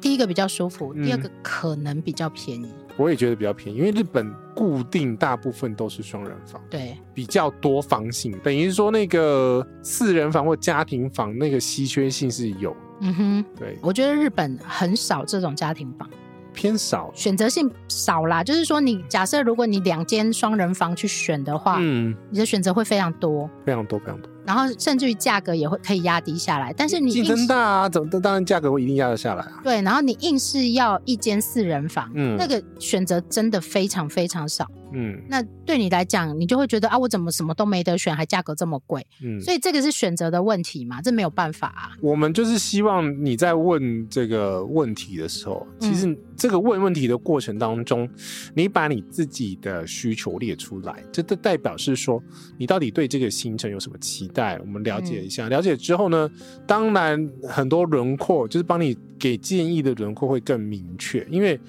Speaker 1: 第一个比较舒服，
Speaker 2: 嗯
Speaker 1: 第二个可能比较便宜。
Speaker 2: 我也觉得比较便宜，因为日本固定大部分都是双人房，
Speaker 1: 对，
Speaker 2: 比较多房型，等于说那个四人房或家庭房那个稀缺性是有，
Speaker 1: 嗯哼，
Speaker 2: 对，
Speaker 1: 我觉得日本很少这种家庭房，
Speaker 2: 偏少。
Speaker 1: 选择性少啦。就是说你，假设如果你两间双人房去选的话，
Speaker 2: 嗯，
Speaker 1: 你的选择会非常多，
Speaker 2: 非常多，非常多，
Speaker 1: 然后甚至于价格也会可以压低下来。但是你
Speaker 2: 竞
Speaker 1: 硬
Speaker 2: 争
Speaker 1: 是
Speaker 2: 大啊，怎么当然价格我一定压得下来啊。
Speaker 1: 对，然后你硬是要一间四人房，
Speaker 2: 嗯
Speaker 1: 那个选择真的非常非常少。
Speaker 2: 嗯
Speaker 1: 那对你来讲，你就会觉得啊，我怎么什么都没得选，还价格这么贵？
Speaker 2: 嗯，
Speaker 1: 所以这个是选择的问题嘛，这没有办法啊。
Speaker 2: 我们就是希望你在问这个问题的时候，
Speaker 1: 嗯
Speaker 2: 其实这个问问题的过程当中，你把你自己的需求列出来，这这代表是说你到底对这个行程有什么期待？我们了解一
Speaker 1: 嗯
Speaker 2: 下，了解之后呢，当然很多轮廓就是帮你给建议的轮廓会更明确，因为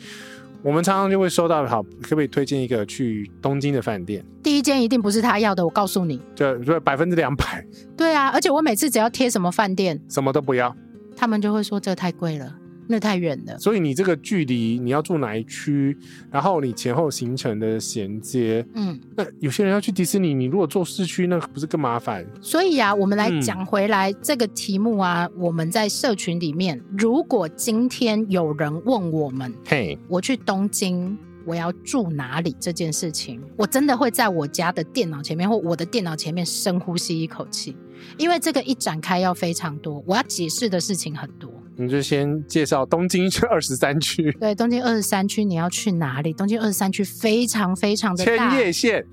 Speaker 2: 我们常常就会收到好，可不可以推荐一个去东京的饭店？
Speaker 1: 第一间一定不是他要的，我告诉你。
Speaker 2: 就就百分之两百
Speaker 1: 对啊，而且我每次只要贴什么饭店，
Speaker 2: 什么都不要。
Speaker 1: 他们就会说这太贵了，那太远了。
Speaker 2: 所以你这个距离，你要住哪一区，然后你前后行程的衔接，
Speaker 1: 嗯，
Speaker 2: 那有些人要去迪士尼，你如果坐市区，那不是更麻烦？
Speaker 1: 所以啊，我们来
Speaker 2: 嗯
Speaker 1: 讲回来、这个题目啊，我们在社群里面，如果今天有人问我们，
Speaker 2: 嘿，
Speaker 1: 我去东京。我要住哪里这件事情，我真的会在我家的电脑前面或我的电脑前面深呼吸一口气，因为这个一展开要非常多，我要解释的事情很多。
Speaker 2: 你就先介绍东京是 二十三区
Speaker 1: 对，东京二十三区你要去哪里？东京二十三区非常非常的
Speaker 2: 千
Speaker 1: 大，
Speaker 2: 叶县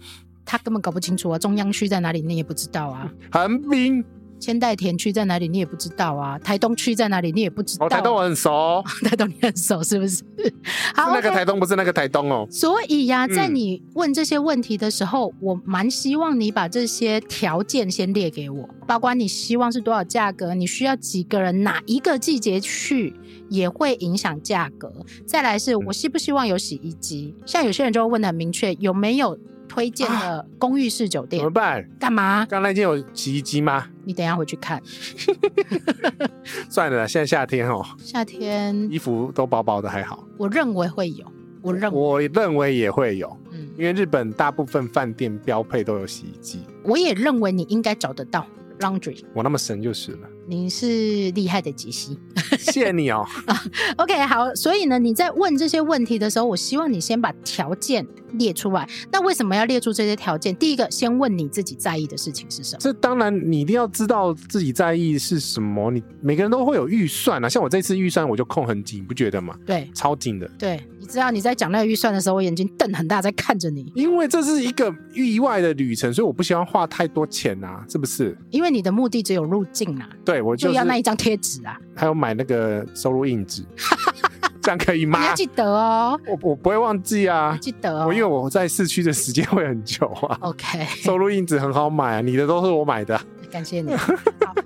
Speaker 1: 他根本搞不清楚啊。中央区在哪里你也不知道啊，
Speaker 2: 横滨，
Speaker 1: 千代田区在哪里你也不知道啊，台东区在哪里你也不知道、啊
Speaker 2: 哦，台东我很熟哦，
Speaker 1: 台东你很熟是不是？ 好
Speaker 2: 是那个
Speaker 1: OK
Speaker 2: 台东，不是那个台东哦。
Speaker 1: 所以呀、
Speaker 2: 嗯
Speaker 1: 在你问这些问题的时候，我蛮希望你把这些条件先列给我，包括你希望是多少价格，你需要几个人，哪一个季节去，也会影响价格。再来
Speaker 2: 嗯
Speaker 1: 是我希不希望有洗衣机，像有些人就会问的很明确，有没有推荐的公寓式酒
Speaker 2: 怎
Speaker 1: 店？
Speaker 2: 么办？
Speaker 1: 干嘛？
Speaker 2: 刚才那间有洗衣机吗？
Speaker 1: 你等一下回去看。
Speaker 2: 算了啦，现在夏天哦，
Speaker 1: 夏天
Speaker 2: 衣服都薄薄的还好。
Speaker 1: 我认为会有，我认为，
Speaker 2: 我认为也会有，
Speaker 1: 嗯，
Speaker 2: 因为日本大部分饭店标配都有洗衣机，
Speaker 1: 我也认为你应该找得到 laundry。
Speaker 2: 我那么神就是了，
Speaker 1: 你是厉害的杰西。
Speaker 2: 谢谢你哦。
Speaker 1: OK，好，所以呢，你在问这些问题的时候，我希望你先把条件列出来。那为什么要列出这些条件？第一个，先问你自己在意的事情是什么？
Speaker 2: 这当然，你一定要知道自己在意是什么。你每个人都会有预算啊，像我这次预算我就控很紧，你不觉得吗？
Speaker 1: 对
Speaker 2: 超紧的，
Speaker 1: 对，你知道你在讲那个预算的时候，我眼睛瞪很大，在看着你，
Speaker 2: 因为这是一个意外的旅程，所以我不希望花太多钱啊，是不是？
Speaker 1: 因为你的目的只有入境啊，
Speaker 2: 对我
Speaker 1: 就
Speaker 2: 就是
Speaker 1: 要那一张贴纸啊，
Speaker 2: 还有买那个收入印纸， 这样可以
Speaker 1: 你
Speaker 2: 吗
Speaker 1: 要？记得哦，
Speaker 2: 我我不会忘记啊，
Speaker 1: 记得哦。
Speaker 2: 我因为我在市区的时间会很久 啊。
Speaker 1: OK，
Speaker 2: 收入印纸很好买啊，你的都是我买的啊，
Speaker 1: 感谢你。好，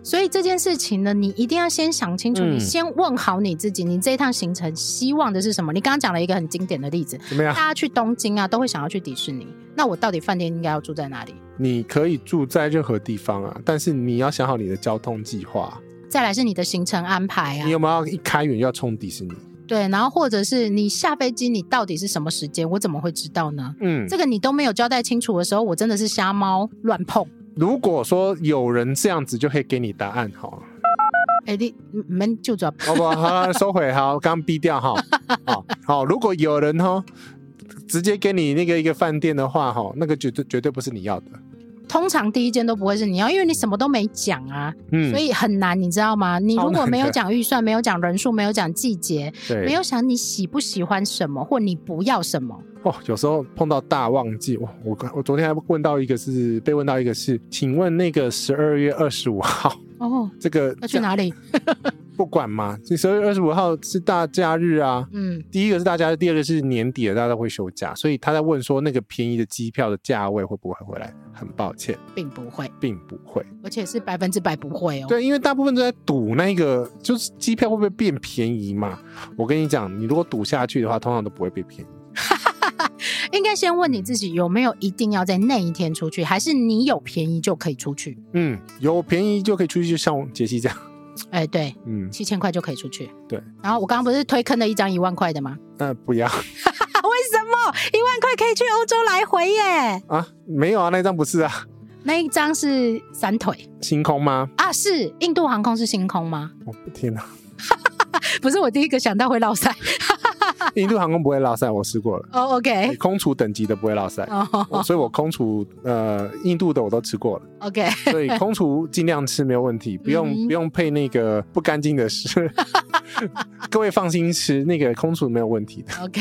Speaker 1: 所以这件事情呢，你一定要先想清楚，
Speaker 2: 嗯
Speaker 1: 你先问好你自己，你这一趟行程希望的是什么？你刚刚讲了一个很经典的例子，
Speaker 2: 怎么样？
Speaker 1: 大家去东京啊，都会想要去迪士尼。那我到底饭店应该要住在哪里？
Speaker 2: 你可以住在任何地方啊，但是你要想好你的交通计划，
Speaker 1: 再来是你的行程安排啊
Speaker 2: 你，有没有要一开园就要冲迪士尼？
Speaker 1: 对，然后或者是你下飞机，你到底是什么时间？我怎么会知道呢？
Speaker 2: 嗯，
Speaker 1: 这个你都没有交代清楚的时候，我真的是瞎猫乱碰。
Speaker 2: 如果说有人这样子，就可以给你答案好了，
Speaker 1: 哎，你你们就抓
Speaker 2: 好不好？好了，收回，好，刚逼 掉哈，好好。如果有人哈，直接给你那个一个饭店的话哈，那个绝对绝对不是你要的，
Speaker 1: 通常第一件都不会是你哦要，因为你什么都没讲啊，
Speaker 2: 嗯，
Speaker 1: 所以很难，你知道吗？你
Speaker 2: 超
Speaker 1: 如果
Speaker 2: 难
Speaker 1: 没有
Speaker 2: 的
Speaker 1: 讲预算，没有讲人数，没有讲季节，
Speaker 2: 对，
Speaker 1: 没有想你喜不喜欢什么，或你不要什么，
Speaker 2: 哦，有时候碰到大旺季，哇！我刚我昨天还问到一个是被问到一个是，请问那个十二月二十五号
Speaker 1: 哦，
Speaker 2: 这个
Speaker 1: 要去哪里？
Speaker 2: 不管嘛？这十二月二十五号是大假日 啊。
Speaker 1: 嗯，
Speaker 2: 第一个是大假日，第二个是年底了，大家都会休假，所以他在问说那个便宜的机票的价位会不会回来？很抱歉，
Speaker 1: 并不会，
Speaker 2: 并不会。
Speaker 1: 而且是百分之百不会哦。
Speaker 2: 对，因为大部分都在赌那个，就是机票会不会变便宜嘛？我跟你讲，你如果赌下去的话，通常都不会变便宜。
Speaker 1: 应该先问你自己有没有一定要在那一天出去，还是你有便宜就可以出去？
Speaker 2: 嗯，有便宜就可以出去，就像杰西这样。
Speaker 1: 哎，对，
Speaker 2: 嗯，
Speaker 1: 七千块就可以出去。
Speaker 2: 对。
Speaker 1: 然后我刚刚不是推坑了一张一万块的吗？
Speaker 2: 那、不要。
Speaker 1: 啊，为什么一万块可以去欧洲来回耶？
Speaker 2: 啊，没有啊，那张不是啊，
Speaker 1: 那一张是散腿
Speaker 2: 星空吗？
Speaker 1: 啊，是印度航空是星空吗？
Speaker 2: 我、天哪，
Speaker 1: 不是，我第一个想到会落 塞。
Speaker 2: 印度航空不会落赛，我试过了，
Speaker 1: 哦，OK，
Speaker 2: 空厨等级的不会落赛，
Speaker 1: 哦
Speaker 2: 我所以我空厨呃印度的我都吃过了，
Speaker 1: ，OK，
Speaker 2: 所以空厨尽量吃没有问题，不用、
Speaker 1: 嗯
Speaker 2: 不用配那个不干净 的食。各位放心吃，那个空厨没有问题的，
Speaker 1: OK，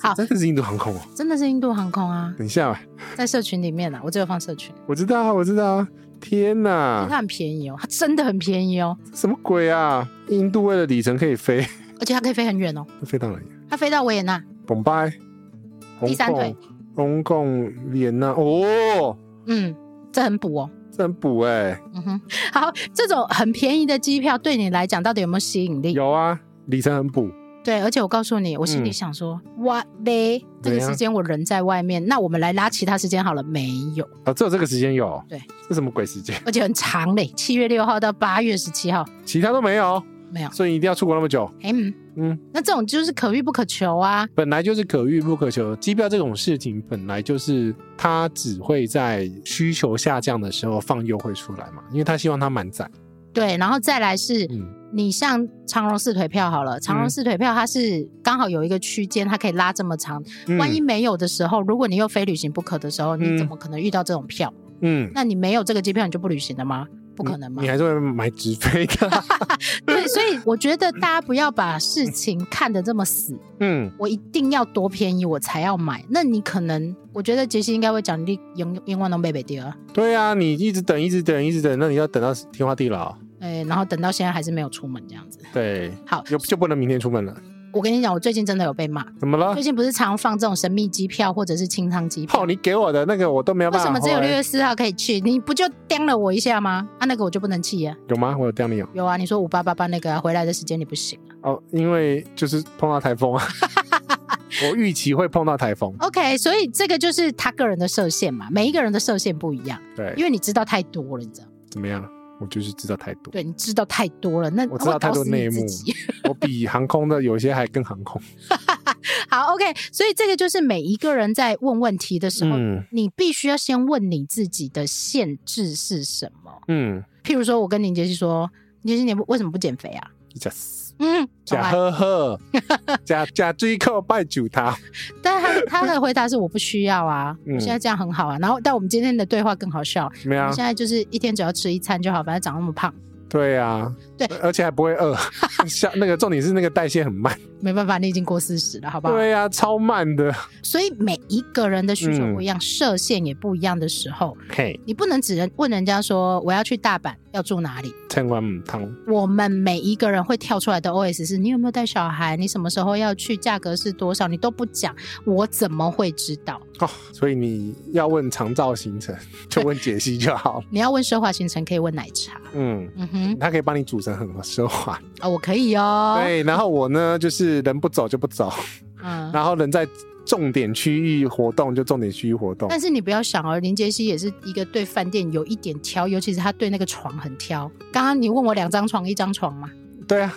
Speaker 1: 好
Speaker 2: 真的是印度航空哦。
Speaker 1: 真的是印度航空啊，
Speaker 2: 等一下吧，
Speaker 1: 在社群里面啊，我只有放社群，
Speaker 2: 我知道啊，我知道啊，天
Speaker 1: 它
Speaker 2: 哪，
Speaker 1: 很便宜哦，它真的很便宜哦，
Speaker 2: 什么鬼啊？印度为了里程可以飞，
Speaker 1: 而且它可以飞很远哦，
Speaker 2: 飞到哪里？
Speaker 1: 它飞到维也纳，
Speaker 2: 蒙拜、
Speaker 1: 第三腿、
Speaker 2: 红贡、维也纳，哦，
Speaker 1: 嗯，这很补哦。
Speaker 2: 真补哎、
Speaker 1: 嗯哼， 好，这种很便宜的机票对你来讲到底有没有吸引力？
Speaker 2: 有啊，里程很补，
Speaker 1: 对，而且我告诉你，我心里
Speaker 2: 嗯
Speaker 1: 想说，哇嘞，这
Speaker 2: 怎
Speaker 1: 个
Speaker 2: 样
Speaker 1: 时间我人在外面，那我们来拉其他时间好了，没有，
Speaker 2: 啊，只有这个时间有，
Speaker 1: 对，
Speaker 2: 这什么鬼时间？
Speaker 1: 而且很长嘞，七月六号到八月十七号，
Speaker 2: 其他都没有，
Speaker 1: 没有，
Speaker 2: 所以一定要出国那么久。
Speaker 1: 哎嗯
Speaker 2: 嗯，
Speaker 1: 那这种就是可遇不可求啊，
Speaker 2: 本来就是可遇不可求，机票这种事情本来就是它只会在需求下降的时候放优惠出来嘛，因为他希望它满载。
Speaker 1: 对，然后再来是，
Speaker 2: 嗯，
Speaker 1: 你像长荣四腿票好了，长荣
Speaker 2: 嗯
Speaker 1: 四腿票它是刚好有一个区间，它可以拉这么长。
Speaker 2: 嗯
Speaker 1: 万一没有的时候，如果你又非旅行不可的时候，你
Speaker 2: 嗯
Speaker 1: 怎么可能遇到这种票？
Speaker 2: 嗯，
Speaker 1: 那你没有这个机票，你就不旅行了吗？不可能嘛
Speaker 2: 你。还是会买直 飞的。
Speaker 1: 对，所以我觉得大家不要把事情看得这么死，
Speaker 2: 嗯，
Speaker 1: 我一定要多便宜我才要买。那你可能，我觉得杰西应该会讲你永永远都没北第二，
Speaker 2: 对啊，你一直等，一直等，一直等，那你要等到天荒地老。
Speaker 1: 哎，然后等到现在还是没有出门这样子。
Speaker 2: 对，
Speaker 1: 好，
Speaker 2: 就就不能明天出门了？
Speaker 1: 我跟你讲，我最近真的有被骂。
Speaker 2: 怎么了
Speaker 1: 最？近不是常放这种神秘机票或者是清仓 机票？
Speaker 2: 哦，你给我的那个我都没有
Speaker 1: 为
Speaker 2: 办法啊
Speaker 1: 什
Speaker 2: 回。
Speaker 1: 么只有六月四号可以去？你不就盯了我一下吗？啊，那个我就不能去呀、
Speaker 2: 有吗？我有掉你有。
Speaker 1: 有啊，你说五八八八那个、啊、回来的时间你不行啊。
Speaker 2: 哦，因为就是碰到 台风啊，我预期会碰到台风。
Speaker 1: OK，所以这个就是他个人的射线嘛，每一个人的射线不一样，
Speaker 2: 对
Speaker 1: 因，为你知道太多了，你知道吗？
Speaker 2: 怎么样？我就是知道太多，
Speaker 1: 对，你知道太多了，那
Speaker 2: 我知
Speaker 1: 会
Speaker 2: 道
Speaker 1: 搞
Speaker 2: 太多
Speaker 1: 死你
Speaker 2: 内幕
Speaker 1: 自己
Speaker 2: 我比航空的有些还更航空。
Speaker 1: 好，OK，所以这个就是每一个人在问问题的时候，
Speaker 2: 嗯
Speaker 1: 你必须要先问你自己的限制是什么。
Speaker 2: 嗯，
Speaker 1: 譬如说，我跟林杰西说，林杰西，你为什么不减肥啊？
Speaker 2: 假
Speaker 1: 嗯，重
Speaker 2: 假
Speaker 1: 来。
Speaker 2: 呵 呵，假假追扣拜酒他。
Speaker 1: 但是他他的回答是我不需要啊，
Speaker 2: 嗯啊
Speaker 1: 我现在这样很好啊。然后，但我们今天的对话更好笑，
Speaker 2: 怎么
Speaker 1: 我
Speaker 2: 样
Speaker 1: 们？现在就是一天只要吃一餐就好，反正长那么胖，
Speaker 2: 对啊，
Speaker 1: 对
Speaker 2: 而且还不 会饿。像那个重点是那个代谢很慢。
Speaker 1: 没办法，你已经过四十了，好不好？
Speaker 2: 对啊，超慢的。
Speaker 1: 所以每一个人的需求
Speaker 2: 嗯
Speaker 1: 不一样，射线也不一样的时候，
Speaker 2: 嘿，
Speaker 1: 你不能只能问人家说我要去大阪，要住哪里。
Speaker 2: 千万唔通。
Speaker 1: 我们每一个人会跳出来的 OS 是：你有没有带小孩？你什么时候要去？价格是多少？你都不讲，我怎么会知道？
Speaker 2: 哦，所以你要问长照行程，就问解析 就好了。
Speaker 1: 你要问奢华行程，可以问奶茶。
Speaker 2: 嗯，
Speaker 1: 嗯哼，
Speaker 2: 它可以帮你组成很奢华
Speaker 1: 哦，我可以哦。
Speaker 2: 对，然后我呢，就是人不走就不走，
Speaker 1: 嗯，
Speaker 2: 然后人在重点区域活动就重点区域活动。
Speaker 1: 但是你不要想哦，林杰西也是一个对饭店有一点挑，尤其是他对那个床很挑。刚刚你问我两张床，一张床嘛，
Speaker 2: 对啊，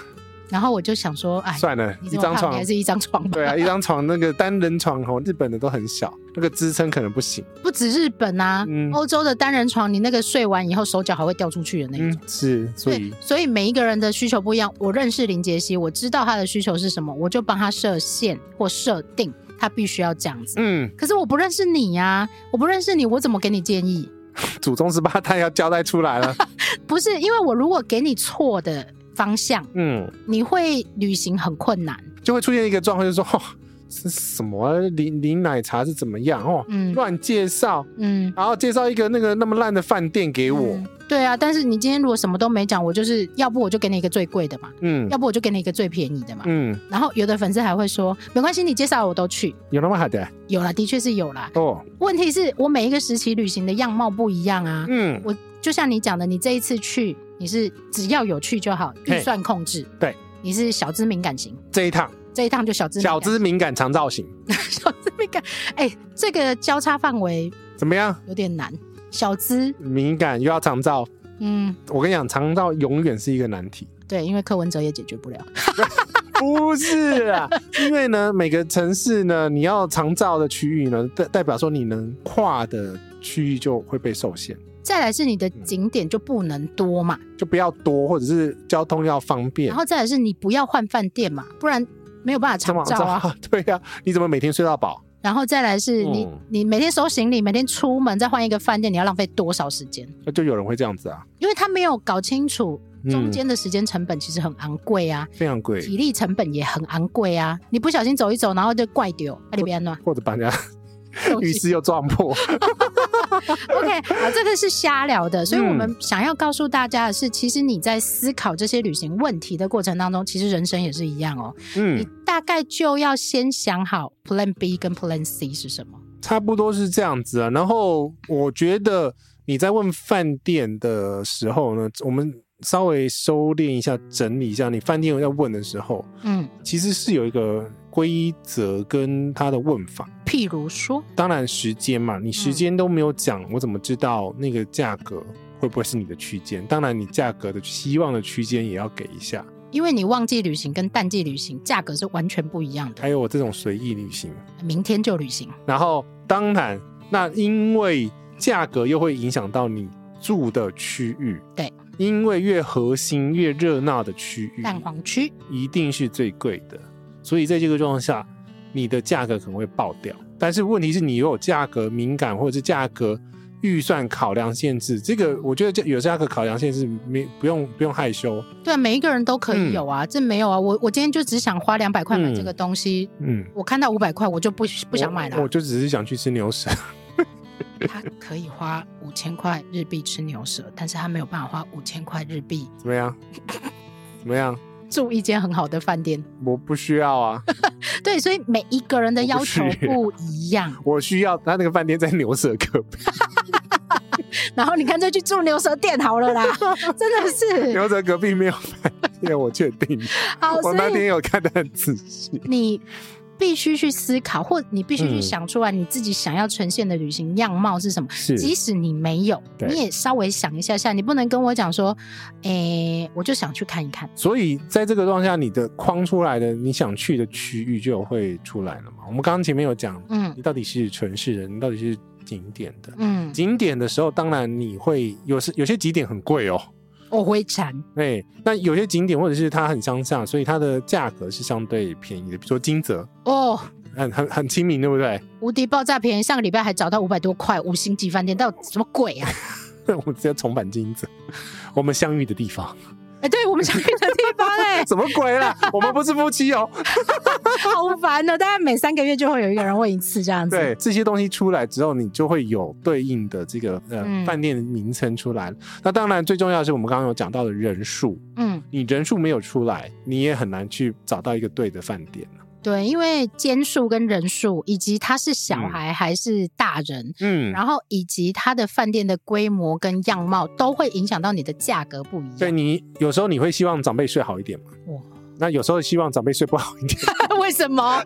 Speaker 1: 然后我就想说，哎，
Speaker 2: 算了，
Speaker 1: 你
Speaker 2: 一
Speaker 1: 这么
Speaker 2: 张
Speaker 1: 胖，
Speaker 2: 床
Speaker 1: 你还是一张床吧。
Speaker 2: 对啊，一张床那个单人床哦，日本的都很小，那个支撑可能不行。
Speaker 1: 不止日本啊
Speaker 2: 嗯，
Speaker 1: 欧、洲的单人床，你那个睡完以后手脚还会掉出去的那一种。
Speaker 2: 嗯，是，所以
Speaker 1: 对，所以每一个人的需求不一样。我认识林杰希，我知道他的需求是什么，我就帮他设限或设定，他必须要这样子。
Speaker 2: 嗯，
Speaker 1: 可是我不认识你呀、我不认识你，我怎么给你建议？
Speaker 2: 祖宗十八代要交代出 来了。
Speaker 1: 不是因为我如果给你错的方向，
Speaker 2: 嗯，
Speaker 1: 你会旅行很困难。
Speaker 2: 就会出现一个状况，就是说，哦，是什么啊零零奶茶是怎么样哦，
Speaker 1: 嗯
Speaker 2: 乱介绍，
Speaker 1: 嗯，
Speaker 2: 然后介绍一个那个那么烂的饭店给我，
Speaker 1: 嗯对啊，但是你今天如果什么都没讲，我就是要不我就给你一个最贵的嘛，
Speaker 2: 嗯
Speaker 1: 要不我就给你一个最便宜的嘛。
Speaker 2: 嗯，
Speaker 1: 然后有的粉丝还会说，没关系，你介绍我都去。
Speaker 2: 有那么好的
Speaker 1: 有啦，的确是有啦。
Speaker 2: 哦，
Speaker 1: 问题是我每一个时期旅行的样貌不一样啊。
Speaker 2: 嗯，
Speaker 1: 我就像你讲的，你这一次去，你是只要有去就好，
Speaker 2: 嘿
Speaker 1: 预算控制。
Speaker 2: 对，
Speaker 1: 你是小资敏感型，
Speaker 2: 这一趟
Speaker 1: 这一趟就小资敏感
Speaker 2: 小资敏感长造型
Speaker 1: 小资敏感。哎、这个交叉范围
Speaker 2: 怎么样？
Speaker 1: 有点难。小资，
Speaker 2: 敏感又要长照，
Speaker 1: 嗯，
Speaker 2: 我跟你讲，长照永远是一个难题。
Speaker 1: 对，因为柯文哲也解决不了。
Speaker 2: 不是 啊，因为呢，每个城市呢，你要长照的区域呢，代代表说你能跨的区域就会被受限，
Speaker 1: 再来是你的
Speaker 2: 嗯
Speaker 1: 景点就不能多嘛，
Speaker 2: 就不要多，或者是交通要方便
Speaker 1: 然。后再来是你不要换饭店嘛，不然没有办法
Speaker 2: 怎么
Speaker 1: 长照啊。？
Speaker 2: 对呀、你怎么每天睡到饱？
Speaker 1: 然后再来是你、
Speaker 2: 嗯
Speaker 1: 你每天收行李，每天出门再换一个饭店，你要浪费多少时间？
Speaker 2: 那就有人会这样子啊，
Speaker 1: 因为他没有搞清楚
Speaker 2: 嗯
Speaker 1: 中间的时间成本其实很昂贵啊，
Speaker 2: 非常贵，
Speaker 1: 体力成本也很昂贵啊。你不小心走一走，然后就怪丢，啊那里 边暖
Speaker 2: 或者把人家
Speaker 1: 东
Speaker 2: 浴
Speaker 1: 西。
Speaker 2: 室又撞破。
Speaker 1: OK，好，这个是瞎聊的，所以
Speaker 2: 嗯
Speaker 1: 我们想要告诉大家的是，其实你在思考这些旅行问题的过程当中，其实人生也是一样哦。你
Speaker 2: 嗯，
Speaker 1: 大概就要先想好 Plan B 跟 Plan C 是什么。
Speaker 2: 差不多是这样子啊。然后我觉得你在问饭店的时候呢，我们稍微收敛一下，整理一下你饭店要问的时候，
Speaker 1: 嗯，
Speaker 2: 其实是有一个规则跟它的问法。
Speaker 1: 譬如说，
Speaker 2: 当然时间嘛，你时间都没有讲，我怎么知道那个价格会不会是你的区间？当然，你价格的希望的区间也要给一下。
Speaker 1: 因为你旺季旅行跟淡季旅行价格是完全不一样的，
Speaker 2: 还有我这种随意旅行，
Speaker 1: 明天就旅行。
Speaker 2: 然后当然，那因为价格又会影响到你住的区域，
Speaker 1: 对，
Speaker 2: 因为越核心越热闹的区域，
Speaker 1: 蛋黄区，
Speaker 2: 一定是最贵的，所以在这个状况下，你的价格可能会爆掉。但是问题是你又有价格敏感或者是价格预算考量限制，这个我觉得这有价格考量限制没不用不用害羞，
Speaker 1: 对啊，每一个人都可以有啊，这没有啊。我我今天就只想花两百块买
Speaker 2: 嗯
Speaker 1: 这个东西，
Speaker 2: 嗯，
Speaker 1: 我看到五百块我就不不想买
Speaker 2: 我，
Speaker 1: 了啊
Speaker 2: 我。就只是想去吃牛舌，
Speaker 1: 他可以花五千块日币吃牛舌，但是他没有办法花五千块日币
Speaker 2: 怎么样？ 怎么样？
Speaker 1: 住一间很好的饭店。
Speaker 2: 我不需要啊，
Speaker 1: 对，所以每一个人的要求
Speaker 2: 我不去
Speaker 1: 不一 样。
Speaker 2: 我需要他那个饭店在牛舌隔壁，
Speaker 1: 然后你干脆去住牛舌店好了啦，真的是
Speaker 2: 牛舌隔壁没有饭店，我确定。
Speaker 1: 好。
Speaker 2: 我
Speaker 1: 所
Speaker 2: 那
Speaker 1: 以
Speaker 2: 天有看得很仔细，
Speaker 1: 你必须去思考，或你必须去
Speaker 2: 嗯
Speaker 1: 想出来你自己想要呈现的旅行样貌是什么。
Speaker 2: 是
Speaker 1: 即使你没有，
Speaker 2: 对
Speaker 1: 你也稍微想一下下，你不能跟我讲说，诶、我就想去看一看。
Speaker 2: 所以在这个状况下，你的框出来的你想去的区域就会出来了嘛。我们刚刚前面有讲，
Speaker 1: 嗯
Speaker 2: 你到底是城市人，你到底是景点的。
Speaker 1: 嗯，
Speaker 2: 景点的时候，当然你会有时有些景点很贵哦，
Speaker 1: 我会馋。
Speaker 2: 哎，那有些景点或者是它很乡下，所以它的价格是相对便宜的，比如说金泽，
Speaker 1: 哦，
Speaker 2: 很很很亲民，对不对？
Speaker 1: 无敌爆炸便宜，上个礼拜还找到五百多块五星级饭店，到底什么鬼啊？
Speaker 2: 我们直接重返金泽，我们相遇的地方，
Speaker 1: 哎、对我们想去的地方、哎，
Speaker 2: 什么鬼啦？我们不是夫妻哦。
Speaker 1: 好烦哦！大概每三个月就会有一个人问一次这样子。
Speaker 2: 对，这些东西出来之后，你就会有对应的这个呃
Speaker 1: 嗯
Speaker 2: 饭店的名称出来。那当然，最重要的是我们刚刚有讲到的人数，
Speaker 1: 嗯，
Speaker 2: 你人数没有出来，你也很难去找到一个对的饭店。
Speaker 1: 对，因为间数跟人数，以及他是小孩还是大人，
Speaker 2: 嗯，
Speaker 1: 然后以及他的饭店的规模跟样貌，都会影响到你的价格不一
Speaker 2: 所以
Speaker 1: 样。
Speaker 2: 你有时候你会希望长辈睡好一点嘛
Speaker 1: 哇？
Speaker 2: 那有时候希望长辈睡不好一 点，
Speaker 1: 为什么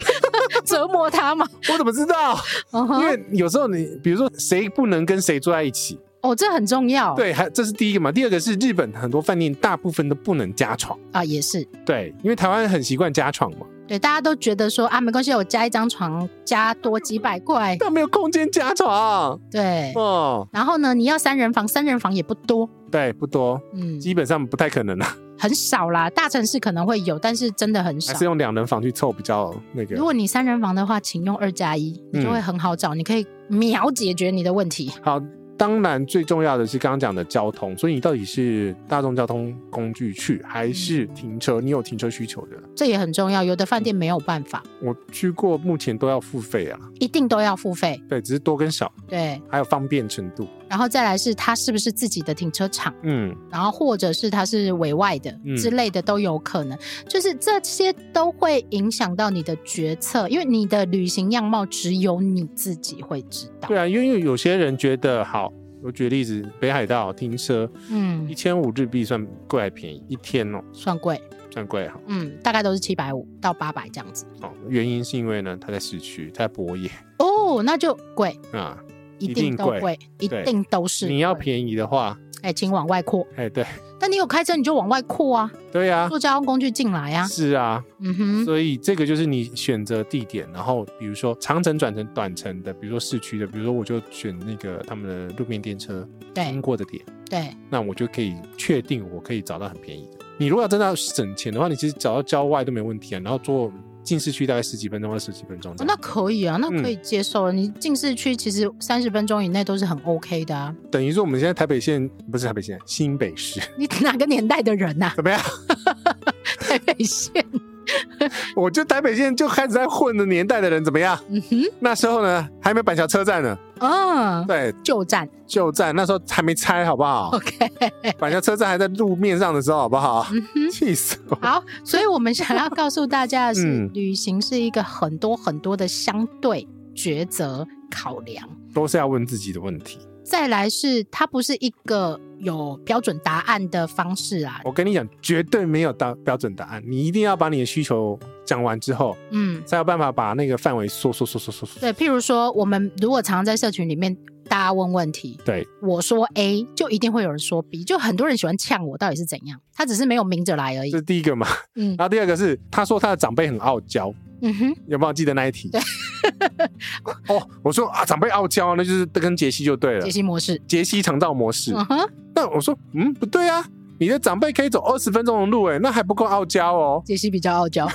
Speaker 1: 折磨他嘛？
Speaker 2: 我怎么知道？
Speaker 1: 嗯
Speaker 2: 因
Speaker 1: 哼
Speaker 2: 为有时候你，比如说谁不能跟谁住在一起，
Speaker 1: 哦，这很重要。
Speaker 2: 对，还这是第一个嘛。第二个是日本很多饭店大部分都不能加床，
Speaker 1: 啊，也是
Speaker 2: 对，因为台湾很习惯加床嘛，
Speaker 1: 对，大家都觉得说啊，没关系，我加一张床，加多几百块，
Speaker 2: 但没有空间加床。
Speaker 1: 对。
Speaker 2: 哦，
Speaker 1: 然后呢，你要三人房，三人房也不多，
Speaker 2: 对，不多，
Speaker 1: 嗯，
Speaker 2: 基本上不太可能啊，
Speaker 1: 很少啦。大城市可能会有，但是真的很少
Speaker 2: 还。是用两人房去凑比较那个嗯
Speaker 1: 如。果你三人房的话，请用二加一，你就会很好找，你可以秒解决你的问题。
Speaker 2: 好，当然最重要的是刚刚讲的交通，所以你到底是大众交通工具去，还是
Speaker 1: 嗯
Speaker 2: 停车？你有停车需求的？
Speaker 1: 这也很重要，有的饭店没有办法，
Speaker 2: 我去过，目前都要付费啊，
Speaker 1: 一定都要付费。
Speaker 2: 对，只是多跟少，
Speaker 1: 对，
Speaker 2: 还有方便程度。
Speaker 1: 然后再来是它是不是自己的停车场，
Speaker 2: 嗯，
Speaker 1: 然后或者是它是委外的
Speaker 2: 嗯
Speaker 1: 之类的都有可能，就是这些都会影响到你的决策，因为你的旅行样貌只有你自己会知道。
Speaker 2: 对啊，因为有些人觉得好，我举例子，北海道停车一
Speaker 1: 嗯，
Speaker 2: 千五日币算贵还便宜，一天哦
Speaker 1: 算贵，
Speaker 2: 算贵好
Speaker 1: 嗯，大概都是七百五到八百这样子。
Speaker 2: 哦，原因是因为呢，它在市区，它在博野
Speaker 1: 哦，那就贵，
Speaker 2: 啊，
Speaker 1: 一
Speaker 2: 一
Speaker 1: 定
Speaker 2: 定
Speaker 1: 都
Speaker 2: 贵
Speaker 1: 贵，一
Speaker 2: 对
Speaker 1: 定都是
Speaker 2: 你要
Speaker 1: 贵
Speaker 2: 便宜的话，
Speaker 1: 哎，请往外扩。
Speaker 2: 哎，对
Speaker 1: 但你有开车，你就往外扩啊，
Speaker 2: 对啊，
Speaker 1: 坐交通工具进来啊。
Speaker 2: 是啊，
Speaker 1: 嗯哼，
Speaker 2: 所以这个就是你选择地点，然后比如说长程转成短程的，比如说市区的，比如说我就选那个他们的路面电车经
Speaker 1: 对
Speaker 2: 过的点，
Speaker 1: 对，
Speaker 2: 那我就可以确定我可以找到很便宜的。你如果要真的要省钱的话，你其实找到郊外都没问题啊，然后坐进市区大概十几分钟、二十几分钟这
Speaker 1: 哦
Speaker 2: 样。
Speaker 1: 那可以啊，那
Speaker 2: 嗯
Speaker 1: 可以接受了。你进市区其实三十分钟以内都是很 OK 的啊。
Speaker 2: 等于说我们现在台北县不是台 北县，新北市
Speaker 1: 你哪个年代的人呐、
Speaker 2: 怎么样？
Speaker 1: 台北县，
Speaker 2: 我就台北县就开始在混的年代的人怎么样？
Speaker 1: 嗯哼，
Speaker 2: 那时候呢还没板桥车站呢，
Speaker 1: 嗯，
Speaker 2: 对，
Speaker 1: 旧站
Speaker 2: 旧站那时候还没拆，好不好？
Speaker 1: ，OK。
Speaker 2: 板桥车站还在路面上的时候，好不好？气死我！
Speaker 1: 好，所以我们想要告诉大家的是，
Speaker 2: 嗯
Speaker 1: 旅行是一个很多很多的相对抉择考量。
Speaker 2: 都是要问自己的问题。
Speaker 1: 再来是它不是一个有标准答案的方式啊，
Speaker 2: 我跟你讲，绝对没有答标准答案，你一定要把你的需求讲完之后，
Speaker 1: 嗯，
Speaker 2: 才有办法把那个范围缩缩缩缩缩缩。
Speaker 1: 对，譬如说，我们如果常常在社群里面大家问问题，
Speaker 2: 对
Speaker 1: 我说 A，就一定会有人说 B，就很多人喜欢呛我到底是怎样，他只是没有明着来而已
Speaker 2: 这。是啊第一个嘛。
Speaker 1: 嗯
Speaker 2: 然后第二个是，他说他的长辈很傲娇，
Speaker 1: 嗯哼，
Speaker 2: 有没有记得那一题？ 哦，我说啊，长辈傲娇，那就是跟杰西就哦对啊了
Speaker 1: 解，析模式，
Speaker 2: 杰西肠道模式。
Speaker 1: 嗯哼，
Speaker 2: 那我说，嗯，不对啊，你的长辈可以走二十分钟的路，哎，那还不够傲娇 哦。
Speaker 1: 解析比较傲娇，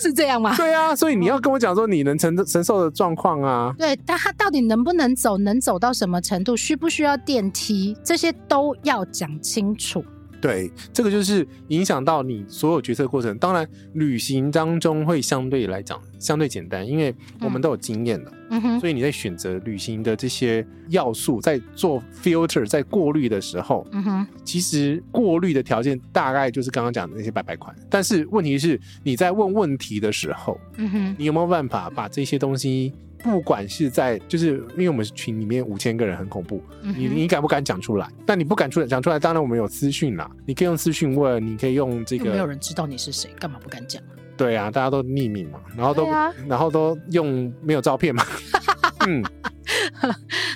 Speaker 1: 是这样吗？
Speaker 2: 对啊，所以你要跟我讲说你能承承受的状况啊。
Speaker 1: 对，但他到底能不能走，能走到什么程度，需不需要电梯，这些都要讲清楚。
Speaker 2: 对，这个就是影响到你所有决策过程。当然，旅行当中会相对来讲相对简单，因为我们都有经验的，
Speaker 1: 嗯哼，
Speaker 2: 所以你在选择旅行的这些要素，在做 filter 在过滤的时候，
Speaker 1: 嗯哼，
Speaker 2: 其实过滤的条件大概就是刚刚讲的那些白白款。但是问题是，你在问问题的时候，
Speaker 1: 嗯哼，
Speaker 2: 你有没有办法把这些东西，不管是在就是因为我们群里面五千个人很恐怖，
Speaker 1: 嗯
Speaker 2: 你
Speaker 1: 哼，
Speaker 2: 你敢不敢讲出来？但你不敢出来讲出来，当然我们有私讯啦，你可以用私讯问，你可以用这
Speaker 1: 又没有
Speaker 2: 个，
Speaker 1: 人知道你是谁，干嘛不敢讲？
Speaker 2: 对啊，大家都匿名嘛，然后都、
Speaker 1: 对啊
Speaker 2: 然后都用没有照片嘛， 嗯，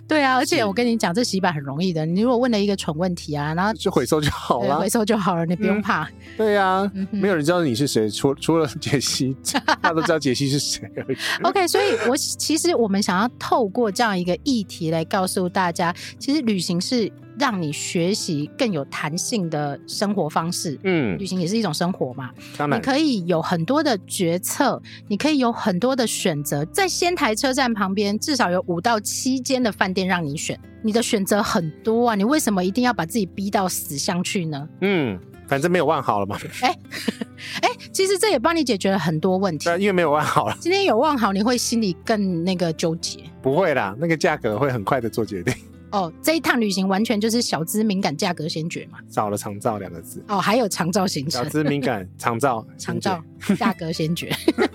Speaker 1: 对啊，而且
Speaker 2: 是
Speaker 1: 我跟你讲，这洗版很容易的。你如果问了一个蠢问题啊，然后
Speaker 2: 就回收就好
Speaker 1: 对
Speaker 2: 啦
Speaker 1: 回。收就好了，你不用
Speaker 2: 嗯
Speaker 1: 怕。
Speaker 2: 对啊，
Speaker 1: 嗯哼
Speaker 2: 没有人知道你是谁，除除了解析，他都知道解析是谁 而已。
Speaker 1: OK，所以我其实我们想要透过这样一个议题来告诉大家，其实旅行是让你学习更有弹性的生活方式。
Speaker 2: 嗯
Speaker 1: 旅，行也是一种生活嘛，
Speaker 2: 当
Speaker 1: 你
Speaker 2: 然，
Speaker 1: 可以有很多的决策，你可以有很多的选择。在仙台车站旁边，至少有五到七间的饭店让你选，你的选择很多啊，你为什么一定要把自己逼到死巷去呢？
Speaker 2: 嗯，反正没有万好了嘛，
Speaker 1: 哎，其实这也帮你解决了很多问题
Speaker 2: 对啊，。因为没有万好了，
Speaker 1: 今天有望好，你会心里更那个纠结。
Speaker 2: 不会啦，那个价格会很快的做决定，
Speaker 1: 哦，这一趟旅行完全就是小资敏感价格先决嘛。
Speaker 2: 少了长照两个 字，
Speaker 1: 哦，还有长照行
Speaker 2: 小
Speaker 1: 程，
Speaker 2: 资敏感，长照，
Speaker 1: 长
Speaker 2: 先决
Speaker 1: 照价格先决。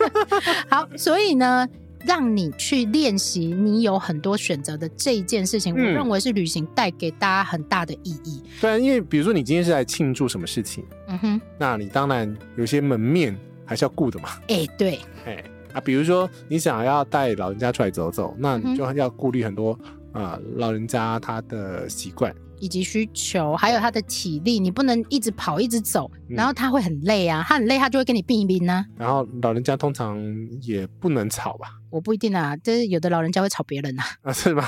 Speaker 1: 好，所以呢，让你去练习你有很多选择的这一件事情，我
Speaker 2: 嗯
Speaker 1: 认为是旅行带给大家很大的意义。
Speaker 2: 对啊，因为比如说你今天是来庆祝什么事情，
Speaker 1: 嗯哼，
Speaker 2: 那你当然有些门面还是要顾的嘛，
Speaker 1: 哎、对，
Speaker 2: 哎啊，比如说你想要带老人家出来走走，那
Speaker 1: 嗯哼
Speaker 2: 你就要顾虑很多啊、老人家他的习惯。
Speaker 1: 以及需求，还有他的体力，你不能一直跑一直走，
Speaker 2: 嗯
Speaker 1: 然后他会很累啊，他很累，他就会跟你并一啊并呢。
Speaker 2: 然后老人家通常也不能吵吧？
Speaker 1: 我不一定啊，就是有的老人家会吵别人啊。
Speaker 2: 啊，是 吧？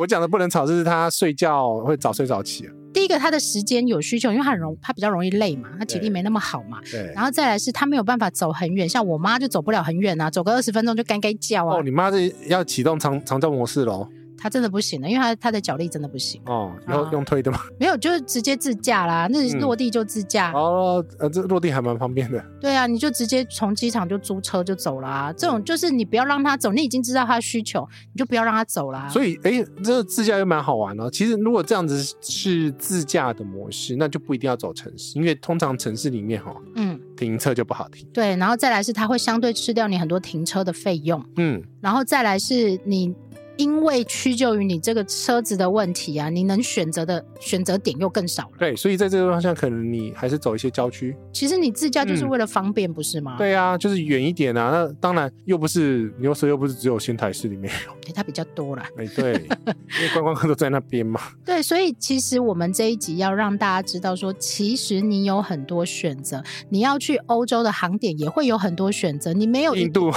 Speaker 2: 我讲的不能吵，就是他睡觉会早睡 早起。
Speaker 1: 第一个，他的时间有需求，因为他很容，他比较容易累嘛，他体力
Speaker 2: 对
Speaker 1: 没那么好嘛。
Speaker 2: 对。
Speaker 1: 然后再来是他没有办法走很远，像我妈就走不了很远啊，走个二十分钟就干干叫啊，
Speaker 2: 哦，你妈这要启动长长照模式喽？
Speaker 1: 她真的不行了，因为她她的脚力真的不行，
Speaker 2: 哦，然后
Speaker 1: 啊
Speaker 2: 用推的吗？
Speaker 1: 没有就是直接自驾啦，那
Speaker 2: 嗯
Speaker 1: 落地就自驾，
Speaker 2: 哦，呃，这落地还蛮方便的。
Speaker 1: 对啊，你就直接从机场就租车就走啦，这种就是你不要让他走，你已经知道他的需求，你就不要让他走啦。
Speaker 2: 所以，哎，这个自驾又蛮好玩哦。其实，如果这样子是自驾的模式，那就不一定要走城市，因为通常城市里面哈、哦、
Speaker 1: 嗯，
Speaker 2: 停车就不好停。
Speaker 1: 对，然后再来是它会相对吃掉你很多停车的费用，
Speaker 2: 嗯，
Speaker 1: 然后再来是你因为屈就于你这个车子的问题啊，你能选择的选择点又更少了。
Speaker 2: 对，所以在这个方向，可能你还是走一些郊区。
Speaker 1: 其实你自驾就是
Speaker 2: 嗯
Speaker 1: 为了方便，不是吗？
Speaker 2: 对啊，就是远一点啊。那当然又不是牛舌，又不是只有仙台市里面有。
Speaker 1: 诶，它比较多啦。
Speaker 2: 哎，对， 因为观光客都在那边嘛。
Speaker 1: 对，所以其实我们这一集要让大家知道说，其实你有很多选择，你要去欧洲的航点也会有很多选择，你没有一
Speaker 2: 印度，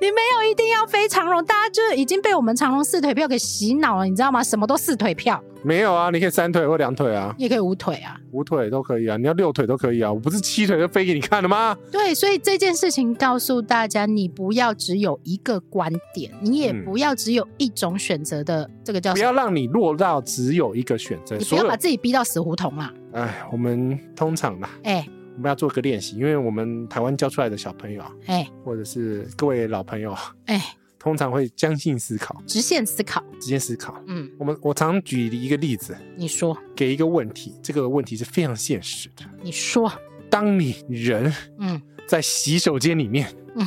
Speaker 1: 你没有一定要飞长荣，大家就是已经被我们长荣四腿票给洗脑了，你知道吗？什么都四腿票，
Speaker 2: 没有啊，你可以三腿或两腿啊，
Speaker 1: 你也可以五腿啊。
Speaker 2: 五腿都可以啊，你要六腿都可以啊。我不是七腿就飞给你看了吗？
Speaker 1: 对，所以这件事情告诉大家，你不要只有一个观点，你也
Speaker 2: 嗯
Speaker 1: 不要只有一种选择的，这个叫
Speaker 2: 不
Speaker 1: 什么？
Speaker 2: 要让你落到只有一个选择。
Speaker 1: 啊你不
Speaker 2: 所
Speaker 1: 要
Speaker 2: 有
Speaker 1: 把，自己逼到死胡同啦。
Speaker 2: 哎，我们通常啦，
Speaker 1: 哎
Speaker 2: 我们要做个练习，因为我们台湾教出来的小朋友啊，
Speaker 1: 哎
Speaker 2: 或者是各位老朋友啊，
Speaker 1: 哎，
Speaker 2: 通常会将性思考、
Speaker 1: 直线思考。
Speaker 2: 直接思考。
Speaker 1: 嗯，
Speaker 2: 我们我常举一个例子，
Speaker 1: 你说，
Speaker 2: 给一个问题，这个问题是非常现实的。
Speaker 1: 你说，
Speaker 2: 当你人
Speaker 1: 嗯，
Speaker 2: 在洗手间里面，
Speaker 1: 嗯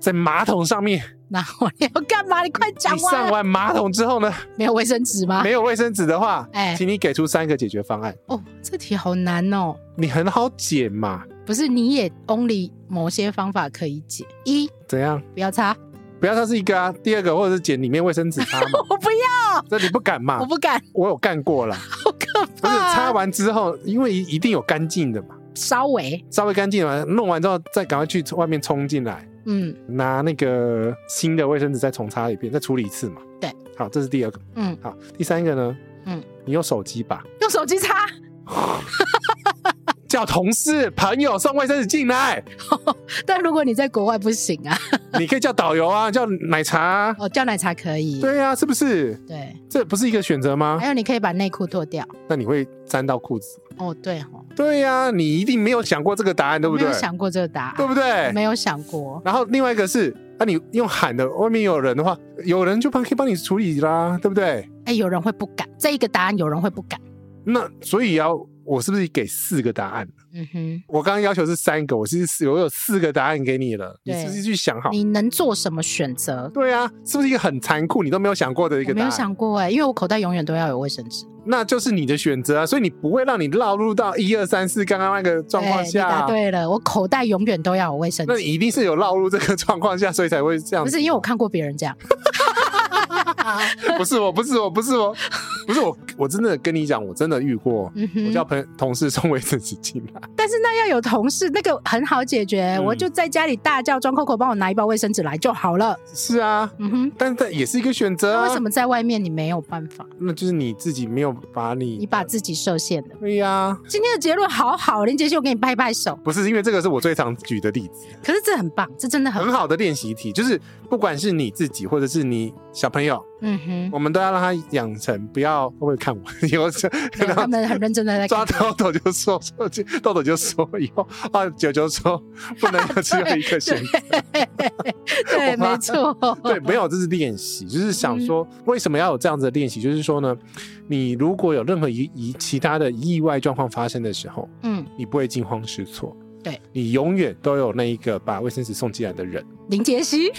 Speaker 2: 在马桶上面，
Speaker 1: 然后你要干嘛？你快讲
Speaker 2: 你上
Speaker 1: 完。
Speaker 2: 完马桶之后呢，
Speaker 1: 没有卫生纸吗
Speaker 2: 没？有卫生纸的话，
Speaker 1: 哎
Speaker 2: 请你给出三个解决方案。
Speaker 1: 哦，这题好难哦。
Speaker 2: 你很好解嘛？
Speaker 1: 不是，你也 only 某些方法可以解。一，
Speaker 2: 怎样？
Speaker 1: 不要擦，，
Speaker 2: 不要它是一个啊，第二个或者是捡里面卫生纸擦嘛
Speaker 1: 我不要，
Speaker 2: 这你不敢嘛
Speaker 1: 我？不敢，
Speaker 2: 我有干过啦，
Speaker 1: 好可
Speaker 2: 不
Speaker 1: 怕
Speaker 2: 是
Speaker 1: 啊。
Speaker 2: 擦完之后，因为一定有干净的嘛，
Speaker 1: 稍微，
Speaker 2: 稍微干净完，弄完之后再赶快去外面冲进来，
Speaker 1: 嗯
Speaker 2: 拿那个新的卫生纸再重擦一遍，再处理一次嘛。
Speaker 1: 对，
Speaker 2: 好，这是第二个。
Speaker 1: 嗯，
Speaker 2: 好，第三个呢？
Speaker 1: 嗯，
Speaker 2: 你用手机吧，
Speaker 1: 用手机擦。
Speaker 2: 叫同事朋友送卫生纸进来，
Speaker 1: 但如果你在国外不行啊，
Speaker 2: 你可以叫导游啊，叫奶茶啊、
Speaker 1: 哦，叫奶茶可以。
Speaker 2: 对呀、啊，是不是？
Speaker 1: 对
Speaker 2: 这不是一个选择吗
Speaker 1: 还？有你可以把内裤脱掉。
Speaker 2: 那你会沾到裤子。
Speaker 1: 哦，对哦，
Speaker 2: 对呀、你一定没有想过这个答案，对不
Speaker 1: 没
Speaker 2: 对？
Speaker 1: 有想过这个答案，
Speaker 2: 对不对？
Speaker 1: 没有想过。
Speaker 2: 然后另外一个是，啊，你用喊的，外面有人的话，有人就帮可以帮你处理啦，对不对？
Speaker 1: 哎，有人会不敢，这一个答案有人会不敢。
Speaker 2: 那所以要我是不是给四个答案？
Speaker 1: 嗯哼，
Speaker 2: 我刚刚要求是三个，我是四，我有四个答案给你了，你
Speaker 1: 对
Speaker 2: 是不是去想好？
Speaker 1: 你能做什么选择？
Speaker 2: 对啊，是不是一个很残酷，你都没有想过的一
Speaker 1: 我
Speaker 2: 个
Speaker 1: 没
Speaker 2: 答
Speaker 1: 有
Speaker 2: 案？
Speaker 1: 想过哎、因为我口袋永远都要有卫生纸。
Speaker 2: 那就是你的选择啊，所以你不会让你落入到一二三四刚刚那个状况
Speaker 1: 对
Speaker 2: 下
Speaker 1: 你
Speaker 2: 啊、
Speaker 1: 答对了，我口袋永远都要有卫生
Speaker 2: 那
Speaker 1: 纸。
Speaker 2: 你一定是有落入这个状况下，所以才会这样
Speaker 1: 不
Speaker 2: 子。
Speaker 1: 是因为我看过别人这样，
Speaker 2: 不是我，不是我，不是我，不是我，我真的跟你讲，我真的遇过，
Speaker 1: 嗯
Speaker 2: 我
Speaker 1: 哼，
Speaker 2: 叫朋同事送卫生纸进来，
Speaker 1: 但是那要有同事，那个很好解决，
Speaker 2: 嗯
Speaker 1: 我就在家里大叫装 Coco 帮我拿一包卫生纸来就好了。
Speaker 2: 是啊，
Speaker 1: 嗯哼，
Speaker 2: 但但也是一个选择
Speaker 1: 那
Speaker 2: 啊。
Speaker 1: 为什？么在外面你没有办法？
Speaker 2: 那就是你自己没有把你
Speaker 1: 你把自己设限了。
Speaker 2: 对呀、
Speaker 1: 今天的结论好好，林杰秀，我给你拍拍手。
Speaker 2: 不是因为这个是我最常举的 例子，
Speaker 1: 可是这很棒，这真的很
Speaker 2: 很，好的练习题，就是不管是你自己或者是你小朋友，
Speaker 1: 嗯 哼，
Speaker 2: 我们都要让他养成不要会不会看我， 有时候
Speaker 1: 没有啊他们很认真的在
Speaker 2: 啊 抓
Speaker 1: 看。
Speaker 2: 豆豆就说说就豆豆就说以后啊九九说不 能有只有一个选择。
Speaker 1: 对，
Speaker 2: 我妈
Speaker 1: 没错，
Speaker 2: 对，没有，这是练习，就是
Speaker 1: 嗯
Speaker 2: 想说，为什么要有这样子的练习？就是说呢，你如果有任何一一其他的意外状况发生的时候，
Speaker 1: 嗯，
Speaker 2: 你不会惊慌失措，
Speaker 1: 对
Speaker 2: 你永远都有那一个把卫生纸送进来 的人，
Speaker 1: 林杰西，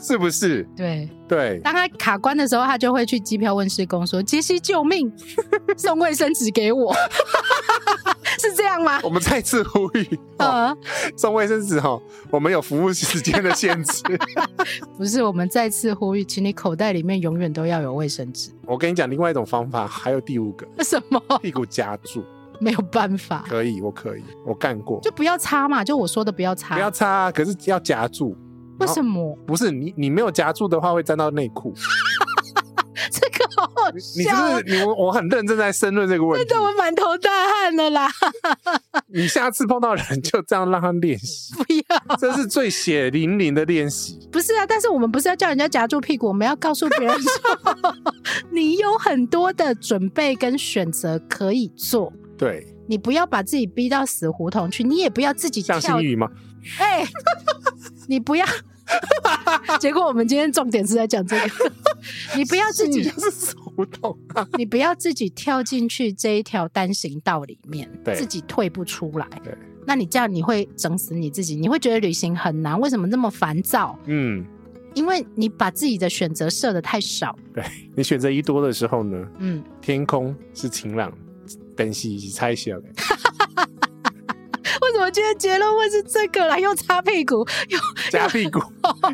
Speaker 2: 是不是？
Speaker 1: 对，
Speaker 2: 对，
Speaker 1: 当他卡关的时候，他就会去机票 问施工说：“杰西，救命，送卫生纸给我。”是这样样吗？
Speaker 2: 我们再次呼吁，哦，
Speaker 1: 呃，
Speaker 2: 送卫生纸哦，我们有服务时间的限 制。
Speaker 1: 不是，我们再次呼吁，请你口袋里面永远都要有卫生纸。
Speaker 2: 我跟你讲，另外一种方法，还有第五个，
Speaker 1: 什么？
Speaker 2: 屁股夹住，
Speaker 1: 没有办法，
Speaker 2: 可以，我可以，我干过，
Speaker 1: 就不要擦嘛，就我说的不要擦。
Speaker 2: 不要擦啊，可是要夹住。
Speaker 1: 为什么？
Speaker 2: 不是你，你没有夹住的话会沾到内裤。
Speaker 1: 这个好好
Speaker 2: 你是
Speaker 1: 笑
Speaker 2: 不
Speaker 1: 啊。
Speaker 2: 是你？我我很认真在申论这个问
Speaker 1: 真
Speaker 2: 题
Speaker 1: 的，。我满头大汗了啦！
Speaker 2: 你下次碰到人就这样让他 练习，
Speaker 1: 不要，
Speaker 2: 这是最血淋淋的练习。
Speaker 1: 不是啊，但是我们不是要叫人家夹住屁股，我们要告诉别人说， 你有很多的准备跟选择可以做，
Speaker 2: 对，
Speaker 1: 你不要把自己逼到死胡同去，你也不要自己跳
Speaker 2: 像新宇吗？
Speaker 1: 哎、 你不要。 结果我们今天重点是在讲这 个，你不要自
Speaker 2: 你
Speaker 1: 己
Speaker 2: 就，是啊手动。
Speaker 1: 你不要自己跳进去这一条单行道里面，
Speaker 2: 对
Speaker 1: 自己退不出来
Speaker 2: 对。
Speaker 1: 那你这样你会整死你自己，你会觉得旅行很难，为什么那么烦躁？
Speaker 2: 嗯，
Speaker 1: 因为你把自己的选择设的太少。
Speaker 2: 你选择一多的时候呢，
Speaker 1: 嗯，
Speaker 2: 天空是晴朗，等是猜想的。
Speaker 1: 为什么今天结论会是这个啦？又擦屁股，又
Speaker 2: 夹屁 股，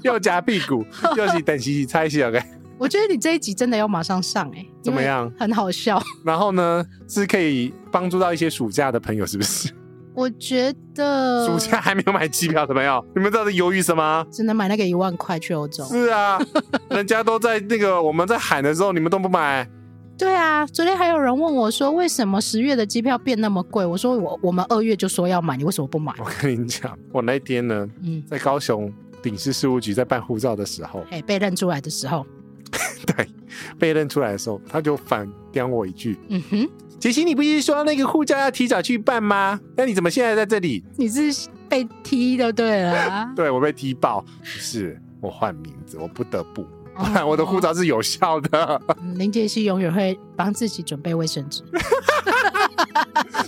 Speaker 2: 又夹屁股，又是等是猜想的。
Speaker 1: 我觉得你这一集真的要马上上哎、欸，
Speaker 2: 怎么样？
Speaker 1: 很好笑。
Speaker 2: 然后呢，是可以帮助到一些暑假的朋友，是不是？
Speaker 1: 我觉得
Speaker 2: 暑假还没有买机票的朋友，你们到底犹豫什 么？啊
Speaker 1: 只能买那个一万块去欧洲。
Speaker 2: 是啊，人家都在那个我们在喊的时候，你们都不买。
Speaker 1: 对啊，昨天还有人问我说，为什么十月的机票变那么贵？我说我我们二月就说要买，你为什么不买？
Speaker 2: 我跟你讲，我那天呢，
Speaker 1: 嗯，
Speaker 2: 在高雄领事事务局在办护照的时候，
Speaker 1: 哎、被认出来的时候，
Speaker 2: 对，被认出来的时候，他就反刁我一句
Speaker 1: 嗯哼，：“
Speaker 2: 杰西，你不是说那个护照要提早去办吗？那你怎么现在在这里
Speaker 1: 你是被踢的，对了、啊？”。
Speaker 2: 对我被踢爆，不是我换名字，我不得不，不然 我的护照是有效的。
Speaker 1: 啊 嗯林杰西永远会帮自己准备卫生纸。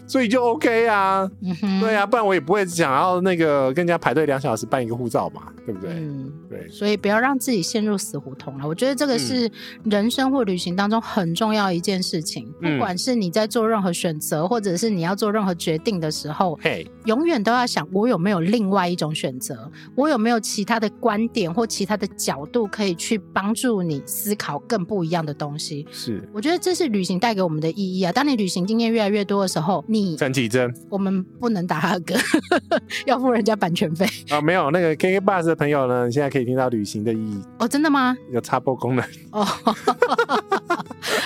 Speaker 2: 所以就 OK 啊，
Speaker 1: 嗯哼，
Speaker 2: 对，啊，不然我也不会想要那个跟人家排队两小时办一个护照嘛，对不对？
Speaker 1: 嗯，
Speaker 2: 对，
Speaker 1: 所以不要让自己陷入死胡同了。我觉得这个是人生或旅行当中很重要一件事情，
Speaker 2: 嗯
Speaker 1: 不管是你在做任何选择，或者是你要做任何决定的时候，
Speaker 2: 嘿，
Speaker 1: 永远都要想我有没有另外一种选择，我有没有其他的观点或其他的角度可以去帮助你思考更不一样的东西。
Speaker 2: 是
Speaker 1: 我觉得这是旅行带给我们的意义啊！当你旅行经验越来越多的时候，你
Speaker 2: 陈绮贞
Speaker 1: 我们不能打哈嗝， 要付人家版权费
Speaker 2: 啊，没有那个 KK Bus 的朋友呢，你现在可以听到旅行的意义，
Speaker 1: 哦，真的吗？
Speaker 2: 有插播功能，
Speaker 1: 哦，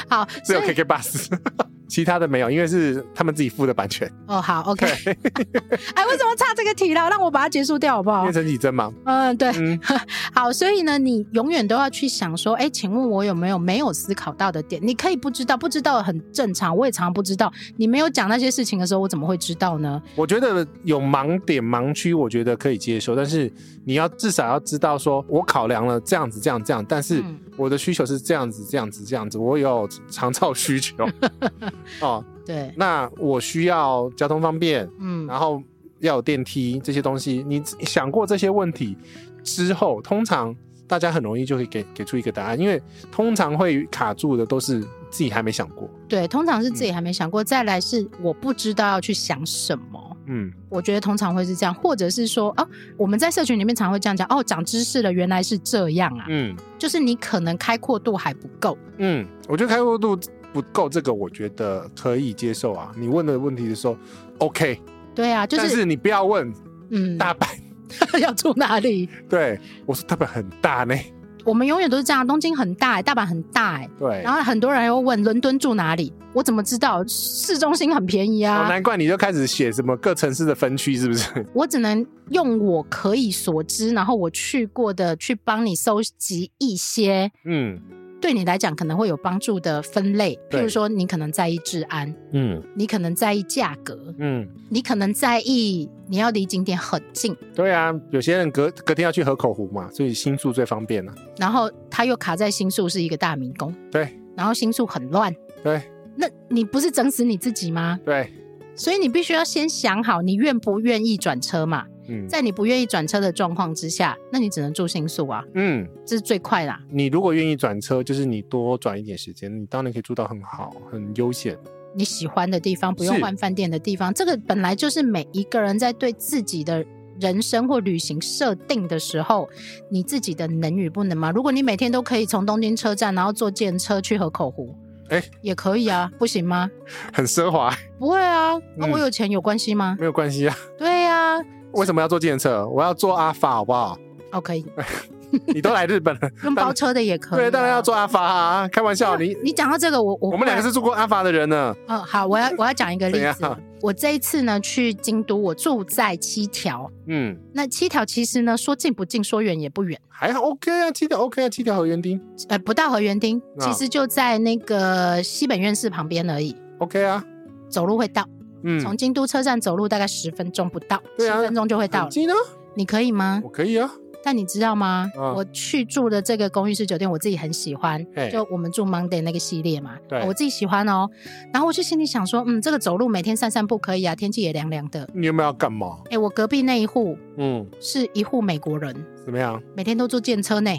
Speaker 1: 好，
Speaker 2: 只有
Speaker 1: 所以
Speaker 2: KK Bus，其 他的没有，因为是他们自己付的版权，
Speaker 1: 哦好，OK，哎， 为什么差这个题了？让我把它结束掉好不
Speaker 2: 因
Speaker 1: 好
Speaker 2: 为？陈绮贞嘛，
Speaker 1: 嗯，对，
Speaker 2: 嗯，
Speaker 1: 好，所以呢，你永远都要去想说，哎，请问我有没有没有思考到的点？你可以不知道，不知道很正常，我也常不知道。你没有讲那些事情的时候，我怎么会知道呢？
Speaker 2: 我觉得有盲点盲区，我觉得可以接受，但是你要至少要知道说，我考量了这样子这样这样，但是
Speaker 1: 嗯
Speaker 2: 我的需求是这样子这样子这样子，我有长照 需求哦，
Speaker 1: 对，
Speaker 2: 那我需要交通方便，
Speaker 1: 嗯，
Speaker 2: 然后要有电梯这些东西。你想过这些问题之后，通常大家很容易就会给给出一个答案，因为通常会卡住的都是自己还没想过。
Speaker 1: 对，通常是自己还没想过，再来是我不知道要去想什么。
Speaker 2: 嗯，
Speaker 1: 我觉得通常会是这样，或者是说，哦，我们在社群里面常会这样讲，哦，长知识了，原来是这样啊，
Speaker 2: 嗯
Speaker 1: 就是你可能开阔度还不够。
Speaker 2: 嗯，我觉得开阔度不够，这个我觉得可以接受啊。你问的问题的时候，OK，、
Speaker 1: 对啊，就
Speaker 2: 但
Speaker 1: 是
Speaker 2: 是你不要问
Speaker 1: 嗯，
Speaker 2: 大阪。
Speaker 1: 要住哪里？
Speaker 2: 对我说大阪很大呢，
Speaker 1: 我们永远都是这样，东京很大、大阪很大、哎。
Speaker 2: 对。
Speaker 1: 然后很多人又问伦敦住哪里，我怎么知道？市中心很便宜
Speaker 2: 哦，
Speaker 1: 啊，
Speaker 2: 难怪你就开始写什么各城市的分区，是不是？
Speaker 1: 我只能用我可以所知，然后我去过的去帮你搜集一些
Speaker 2: 嗯
Speaker 1: 对你来讲可能会有帮助的分类，譬
Speaker 2: 对
Speaker 1: 如说你可能在意治安，
Speaker 2: 嗯
Speaker 1: 你可能在意价格，
Speaker 2: 嗯，
Speaker 1: 你可能在意你要离景点很近，
Speaker 2: 对啊，有些人隔隔天要去河口湖嘛，所以新宿最方便了、啊
Speaker 1: 然后它又卡在新宿是一个大迷宫，
Speaker 2: 对
Speaker 1: 然后新宿很乱，
Speaker 2: 对
Speaker 1: 那你不是整死你自己吗？
Speaker 2: 对，
Speaker 1: 所以你必须要先想好你愿不愿意转车嘛。
Speaker 2: 嗯
Speaker 1: 在你不愿意转车的状况之下，那你只能住新宿啊，
Speaker 2: 嗯，
Speaker 1: 这是最快啦。
Speaker 2: 你如果愿意转车，就是你多转一点时间，你当然可以住到很好、很悠闲。
Speaker 1: 你喜欢的地方，不用
Speaker 2: 是
Speaker 1: 换饭店的地方。这个本来就是每一个人在对自己的人生或旅行设定的时候，你自己的能与不能嘛。如果你每天都可以从东京车站，然后坐电车去河口湖，
Speaker 2: 哎
Speaker 1: 也可以啊，不行吗？
Speaker 2: 很奢华，
Speaker 1: 不会啊，那、
Speaker 2: 嗯
Speaker 1: 我有钱有关系吗？
Speaker 2: 没有关系啊。
Speaker 1: 对呀、啊，
Speaker 2: 为什么要做计程车？我要坐阿法，好不好？
Speaker 1: 哦可以，
Speaker 2: 你都来日本了，
Speaker 1: 用包车的也可以、哦
Speaker 2: 对，当然要。坐阿法啊！开玩笑，你
Speaker 1: 你讲到这个，我我
Speaker 2: 我们
Speaker 1: 忽
Speaker 2: 两个
Speaker 1: 然
Speaker 2: 是住过阿法的人呢。
Speaker 1: 嗯，好，我要我要讲一个例
Speaker 2: 怎
Speaker 1: 子
Speaker 2: 样。
Speaker 1: 我这一次呢去京都，我住在七条。
Speaker 2: 嗯，
Speaker 1: 那七条其实呢，说近不近，说远也不远，
Speaker 2: 还好 OK 啊，七条 OK 啊，七条河园町
Speaker 1: 呃，不到河园町，
Speaker 2: 啊
Speaker 1: 其实就在那个西本院寺旁边而已，
Speaker 2: OK 啊。
Speaker 1: 走路会到。
Speaker 2: 嗯，
Speaker 1: 从京都车站走路大概十分钟不到，十、
Speaker 2: 对啊
Speaker 1: 分钟就会到
Speaker 2: 很
Speaker 1: 了。
Speaker 2: 近啊，
Speaker 1: 你可以吗？
Speaker 2: 我可以啊。
Speaker 1: 但你知道吗？
Speaker 2: 嗯
Speaker 1: 我去住的这个公寓式酒店，我自己很喜欢
Speaker 2: 嘿，
Speaker 1: 就我们住 Monday 那个系列嘛，啊
Speaker 2: 对
Speaker 1: 我自己喜欢哦。然后我就心里想说，嗯，这个走路每天散散步可以啊，天气也凉凉的。
Speaker 2: 你有没有要干嘛？
Speaker 1: 哎，我隔壁那一户
Speaker 2: 嗯，
Speaker 1: 是一户美国人，
Speaker 2: 怎么样？
Speaker 1: 每天都坐电车呢。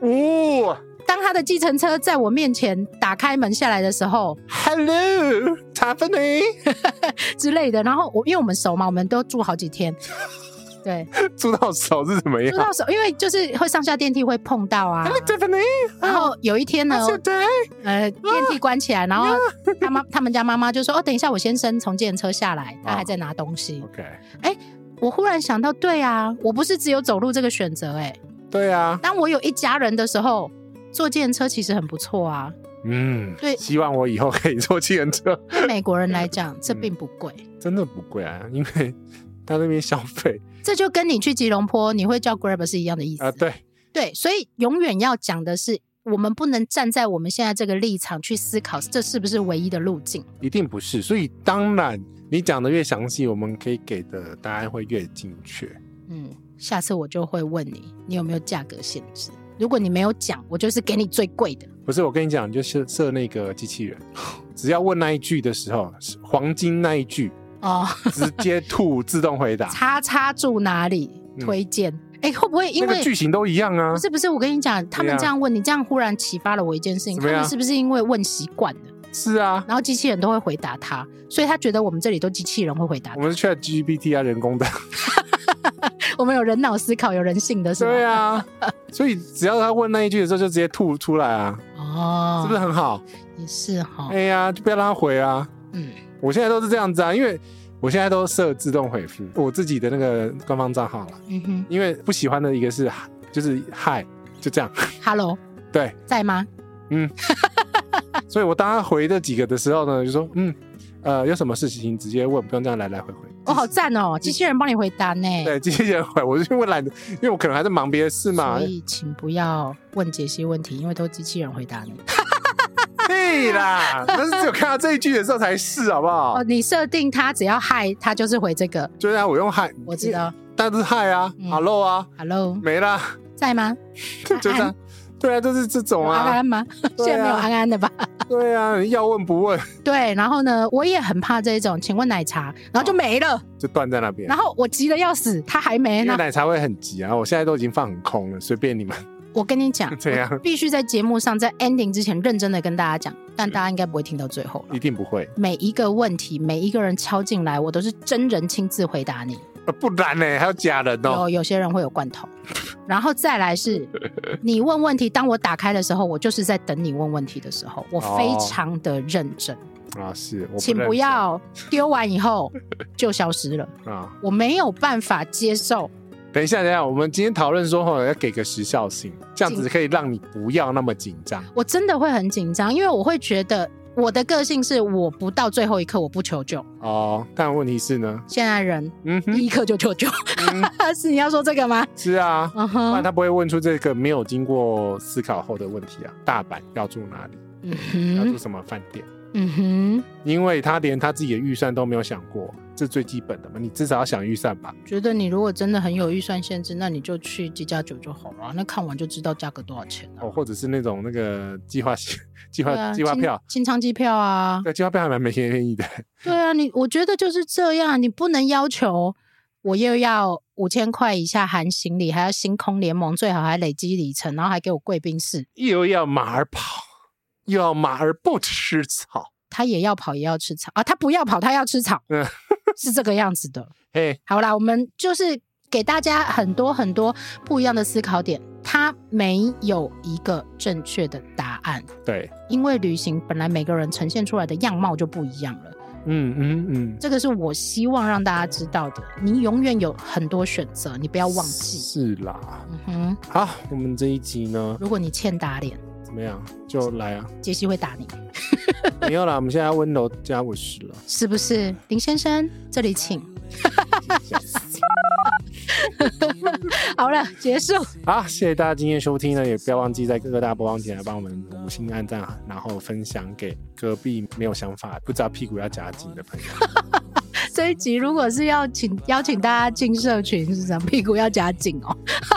Speaker 2: 哦
Speaker 1: 当他的计程车在我面前打开门下来的时候
Speaker 2: ，Hello，茶芬尼，
Speaker 1: 之类的，然后我因为我们熟嘛，我们都住好几天，对，
Speaker 2: 住到手是怎么
Speaker 1: 住
Speaker 2: 样
Speaker 1: 到熟，因为就是啊会上下电梯会碰到啊。
Speaker 2: ？Hello, Tiffany，
Speaker 1: 然后有一天呢，
Speaker 2: how's your day？
Speaker 1: 呃，电梯关起来，然后他妈他们家妈妈就说：“哦，等一下，我先生从电车下来，他还在拿东西。
Speaker 2: OK，
Speaker 1: 我忽然想到，对啊，我不是只有走路这个选择，哎，
Speaker 2: 对啊，
Speaker 1: 当我有一家人的时候，坐电车其实很不错啊。
Speaker 2: 嗯，
Speaker 1: 对
Speaker 2: 希望我以后可以坐计程车，
Speaker 1: 对美国人来
Speaker 2: 嗯
Speaker 1: 讲，这并不贵。
Speaker 2: 真的不贵啊，因为他那边消费
Speaker 1: 这就跟你去吉隆坡，你会叫 Grab 是一样的意思。
Speaker 2: 啊，对，
Speaker 1: 对，所以永远要讲的是，我们不能站在我们现在这个立场去思考，这是不是唯一的路径？
Speaker 2: 一定不是，所以当然你讲的越详细，我们可以给的答案会越精确。
Speaker 1: 嗯，下次我就会问你，你有没有价格限制？如果你没有讲，我就是给你最贵的。
Speaker 2: 不是，我跟你讲，你就设设那个机器人，只要问那一句的时候，黄金那一句，
Speaker 1: 哦，
Speaker 2: 直接吐 自动回答，
Speaker 1: 叉叉住哪里
Speaker 2: 啊嗯
Speaker 1: 推荐？哎、会不会因
Speaker 2: 那
Speaker 1: 为
Speaker 2: 个剧情都一样啊
Speaker 1: 不。是不是？我跟你讲，他们这样问你，这样忽然启发了我一件事情，
Speaker 2: 怎
Speaker 1: 他
Speaker 2: 么样
Speaker 1: 们是不是因为问习惯了，
Speaker 2: 是啊，
Speaker 1: 然后机器人都会回答他，所以他觉得我们这里都机器人会回答
Speaker 2: 我
Speaker 1: 他，
Speaker 2: 们是 Chat GPT 啊，人工的。
Speaker 1: 我们有人脑思考，有人性的是吧？
Speaker 2: 对啊， 所以只要他问那一句的时候，就直接吐出来啊，
Speaker 1: 哦，
Speaker 2: 是不是很好？
Speaker 1: 也是哈？
Speaker 2: 哎呀，就不要让他回啊。
Speaker 1: 嗯，
Speaker 2: 我现在都是这样子啊，因为我现在都设自动回复我自己的那个官方账号了，
Speaker 1: 嗯哼
Speaker 2: 因为不喜欢的一个是就是嗨，就这样。
Speaker 1: ，Hello，
Speaker 2: 对，
Speaker 1: 在吗？
Speaker 2: 所以我当他回这几个的时候呢，就说嗯，呃，有什么事情直接问，不用这样来来回回。
Speaker 1: 哦，好赞哦，机器人帮你回答呢。
Speaker 2: 对，机器人回，我就问懒得，因为我可能还在忙别的事嘛
Speaker 1: 所。以请不要问解析问题，因为都机器人回答你。
Speaker 2: 对啦，但是只有看到这一句的时候才是，好不好
Speaker 1: 哦，？你设定它只要嗨，它就是回这个。
Speaker 2: 就啊让我用嗨，
Speaker 1: 我知，道
Speaker 2: 但是嗨啊
Speaker 1: 嗯
Speaker 2: ，hello 啊，
Speaker 1: ，Hello，
Speaker 2: 没啦，
Speaker 1: 在吗？
Speaker 2: 就这样。对啊，就是这
Speaker 1: 有
Speaker 2: 种
Speaker 1: 安
Speaker 2: 啊，
Speaker 1: 安吗？ 现
Speaker 2: 对啊
Speaker 1: 在没有安安的吧？
Speaker 2: 对啊，要问不问
Speaker 1: 对，然后呢，我也很怕这一种，请问奶茶，然后就没了，
Speaker 2: 就断在那边
Speaker 1: 然。后我急得要死，他还没
Speaker 2: 哦因为
Speaker 1: 呢。
Speaker 2: 奶茶会很急啊，我现在都已经放很空了，随便你们，
Speaker 1: 我跟你讲
Speaker 2: 怎样，
Speaker 1: 必须在节目上在 ending 之前认真的跟大家讲，但大家应该不会听到最后了
Speaker 2: 一。定不会，
Speaker 1: 每一个问题，每一个人敲进来，我都是真人亲自回答你。
Speaker 2: 呃不然呢还有假人哦。
Speaker 1: 有有些人会有罐头，然后再来 是，你问问题，当我打开的时候，我就是在等你问问题的时候，我非常的认真，
Speaker 2: 啊，是，哦我
Speaker 1: 请
Speaker 2: 认
Speaker 1: 不
Speaker 2: 识
Speaker 1: 要丢完以后就消失了，
Speaker 2: 啊。
Speaker 1: 我没有办法接受。
Speaker 2: 等一下，等一下，我们今天讨论说哈，要给个时效性，这样子可以让你不要那么紧张。
Speaker 1: 我真的会很紧张，因为我会觉得我的个性是我不到最后一刻我不求救。
Speaker 2: 哦，但问题是呢，
Speaker 1: 现在人
Speaker 2: 嗯
Speaker 1: 第
Speaker 2: 哼，
Speaker 1: 一刻就求救，啊
Speaker 2: 嗯
Speaker 1: 是你要说这个 吗？
Speaker 2: 是啊，
Speaker 1: 嗯
Speaker 2: 不然
Speaker 1: 哼，
Speaker 2: 他不会问出这个没有经过思考后的问题啊。大阪要住哪里？
Speaker 1: 嗯
Speaker 2: 要
Speaker 1: 哼
Speaker 2: 住，什么饭店？
Speaker 1: 嗯哼，
Speaker 2: 因为他连他自己的预算都没有想过，这最基本的嘛，你至少要想预算吧。
Speaker 1: 觉得你如果真的很有预算限制，那你就去几加九就好了啊，那看完就知道价格多少钱了、
Speaker 2: 哦，或者是那种那个计划性计
Speaker 1: 对
Speaker 2: 划
Speaker 1: 啊，
Speaker 2: 计划票，
Speaker 1: 清清仓机票啊，
Speaker 2: 对，计划票还蛮没便宜的。
Speaker 1: 对 啊，你我觉得就是这样，你不能要求我又要五千块以下含行李，还要星空联盟，最好还累积里程，然后还给我贵宾室。
Speaker 2: 又要马儿跑，又要马儿不吃草，
Speaker 1: 他也要跑，也要吃草啊，他不要跑，他要吃草
Speaker 2: 嗯，
Speaker 1: 是这个样子的。
Speaker 2: 嘿，
Speaker 1: 好啦，我们就是给大家很多很多不一样的思考点，它没有一个正确的答案，
Speaker 2: 对，
Speaker 1: 因为旅行本来每个人呈现出来的样貌就不一样了。
Speaker 2: 嗯嗯嗯，
Speaker 1: 这个是我希望让大家知道的，你永远有很多选择，你不要忘记。
Speaker 2: 是啦。
Speaker 1: 嗯哼，
Speaker 2: 好，我们这一集呢
Speaker 1: 如果你欠打脸，
Speaker 2: 怎么样？就来啊，
Speaker 1: 杰西会打你，
Speaker 2: 没有啦，我们现在温柔加五十了。
Speaker 1: 是不是？林先生，这里请。 好了，结束。
Speaker 2: 好，谢谢大家今天收听呢，也不要忘记在各大播放平台帮我们五星按赞，啊然后分享给隔壁没有想法、不知道屁股要夹紧的朋友。
Speaker 1: 这一集如果是要请邀请大家进社群，是什么？屁股要夹紧哦，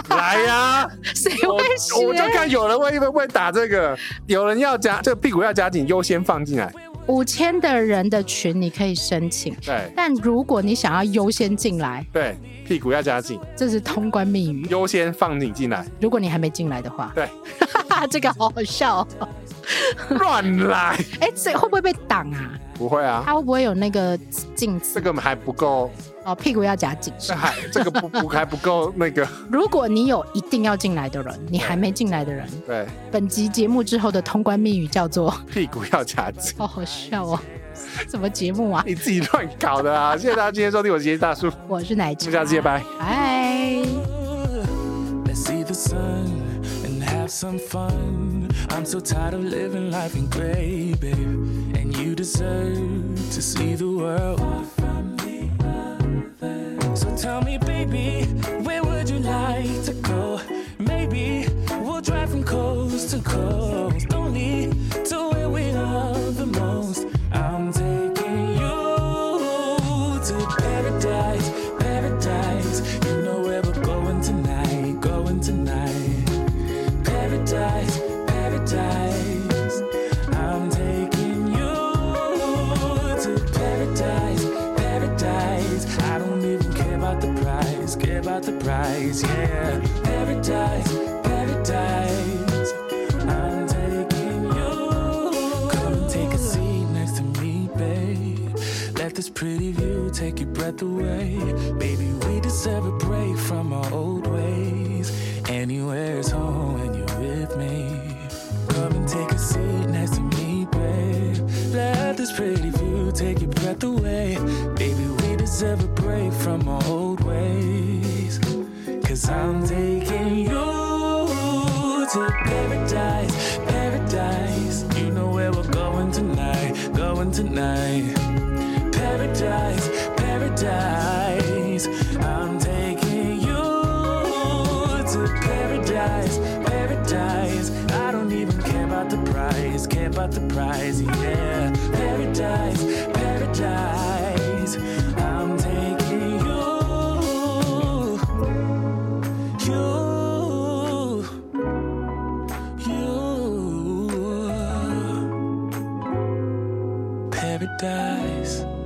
Speaker 2: 来呀、
Speaker 1: 谁
Speaker 2: 我
Speaker 1: 会
Speaker 2: 我就
Speaker 1: 学？
Speaker 2: 看有人会不会打这个，有人要夹这个屁股要夹紧，优先放进来。
Speaker 1: 五千的人的群你可以申请，
Speaker 2: 对
Speaker 1: 但如果你想要优先进来，
Speaker 2: 对，屁股要夹紧，
Speaker 1: 这是通关密语。
Speaker 2: 优先放你进来，
Speaker 1: 如果你还没进来的话，
Speaker 2: 对，
Speaker 1: 这个好好笑、哦。
Speaker 2: 乱来
Speaker 1: 哎、这会不会被挡啊？
Speaker 2: 不会啊，
Speaker 1: 他会不会有那个镜子
Speaker 2: 这？个还不够，
Speaker 1: 哦，屁股要夹紧。是
Speaker 2: 这
Speaker 1: 吧
Speaker 2: 还这个不不还不够那个，
Speaker 1: 如果你有一定要进来的人，你还没进来的人，
Speaker 2: 对，
Speaker 1: 本集节目之后的通关密语叫做，
Speaker 2: 屁股要夹紧
Speaker 1: 好好笑哦，什么节目 啊？
Speaker 2: 你自己乱搞的啊！谢谢大家今天收听，我是杰西大叔，我
Speaker 1: 我是奶茶，
Speaker 2: 们下次见，拜。
Speaker 1: 拜。
Speaker 4: Let's see the sun and have some fun. I'm so tired of living life in gray, babe. And you deserve to see the world. So tell me, baby, where would you like to go? Maybe we'll drive from coast to coast, only to where we love the most. I'm taking you to paradise, paradise. You know where we're going tonight, going tonight. Paradise, paradise. I'm taking you to paradise, paradise. I don't even care about the price, care about the price, yeah. Paradise, paradise. I'm taking you. Come take a seat next to me, babe. Let this pretty view take your breath away. Baby, we deserve a break from our old ways. Anywhere's home when you're with me. Come and take a seat next to me, babe. Let this pretty view take your breath away. Baby, we deserve a break from our old ways. Cause I'm taking you to paradise, paradise. You know where we're going tonight, going tonight paradise, paradise. I'm taking you to paradise, paradise. I don't even care about the price, care about the price, yeah. Paradise, paradise. I'm taking you, you, you, paradise.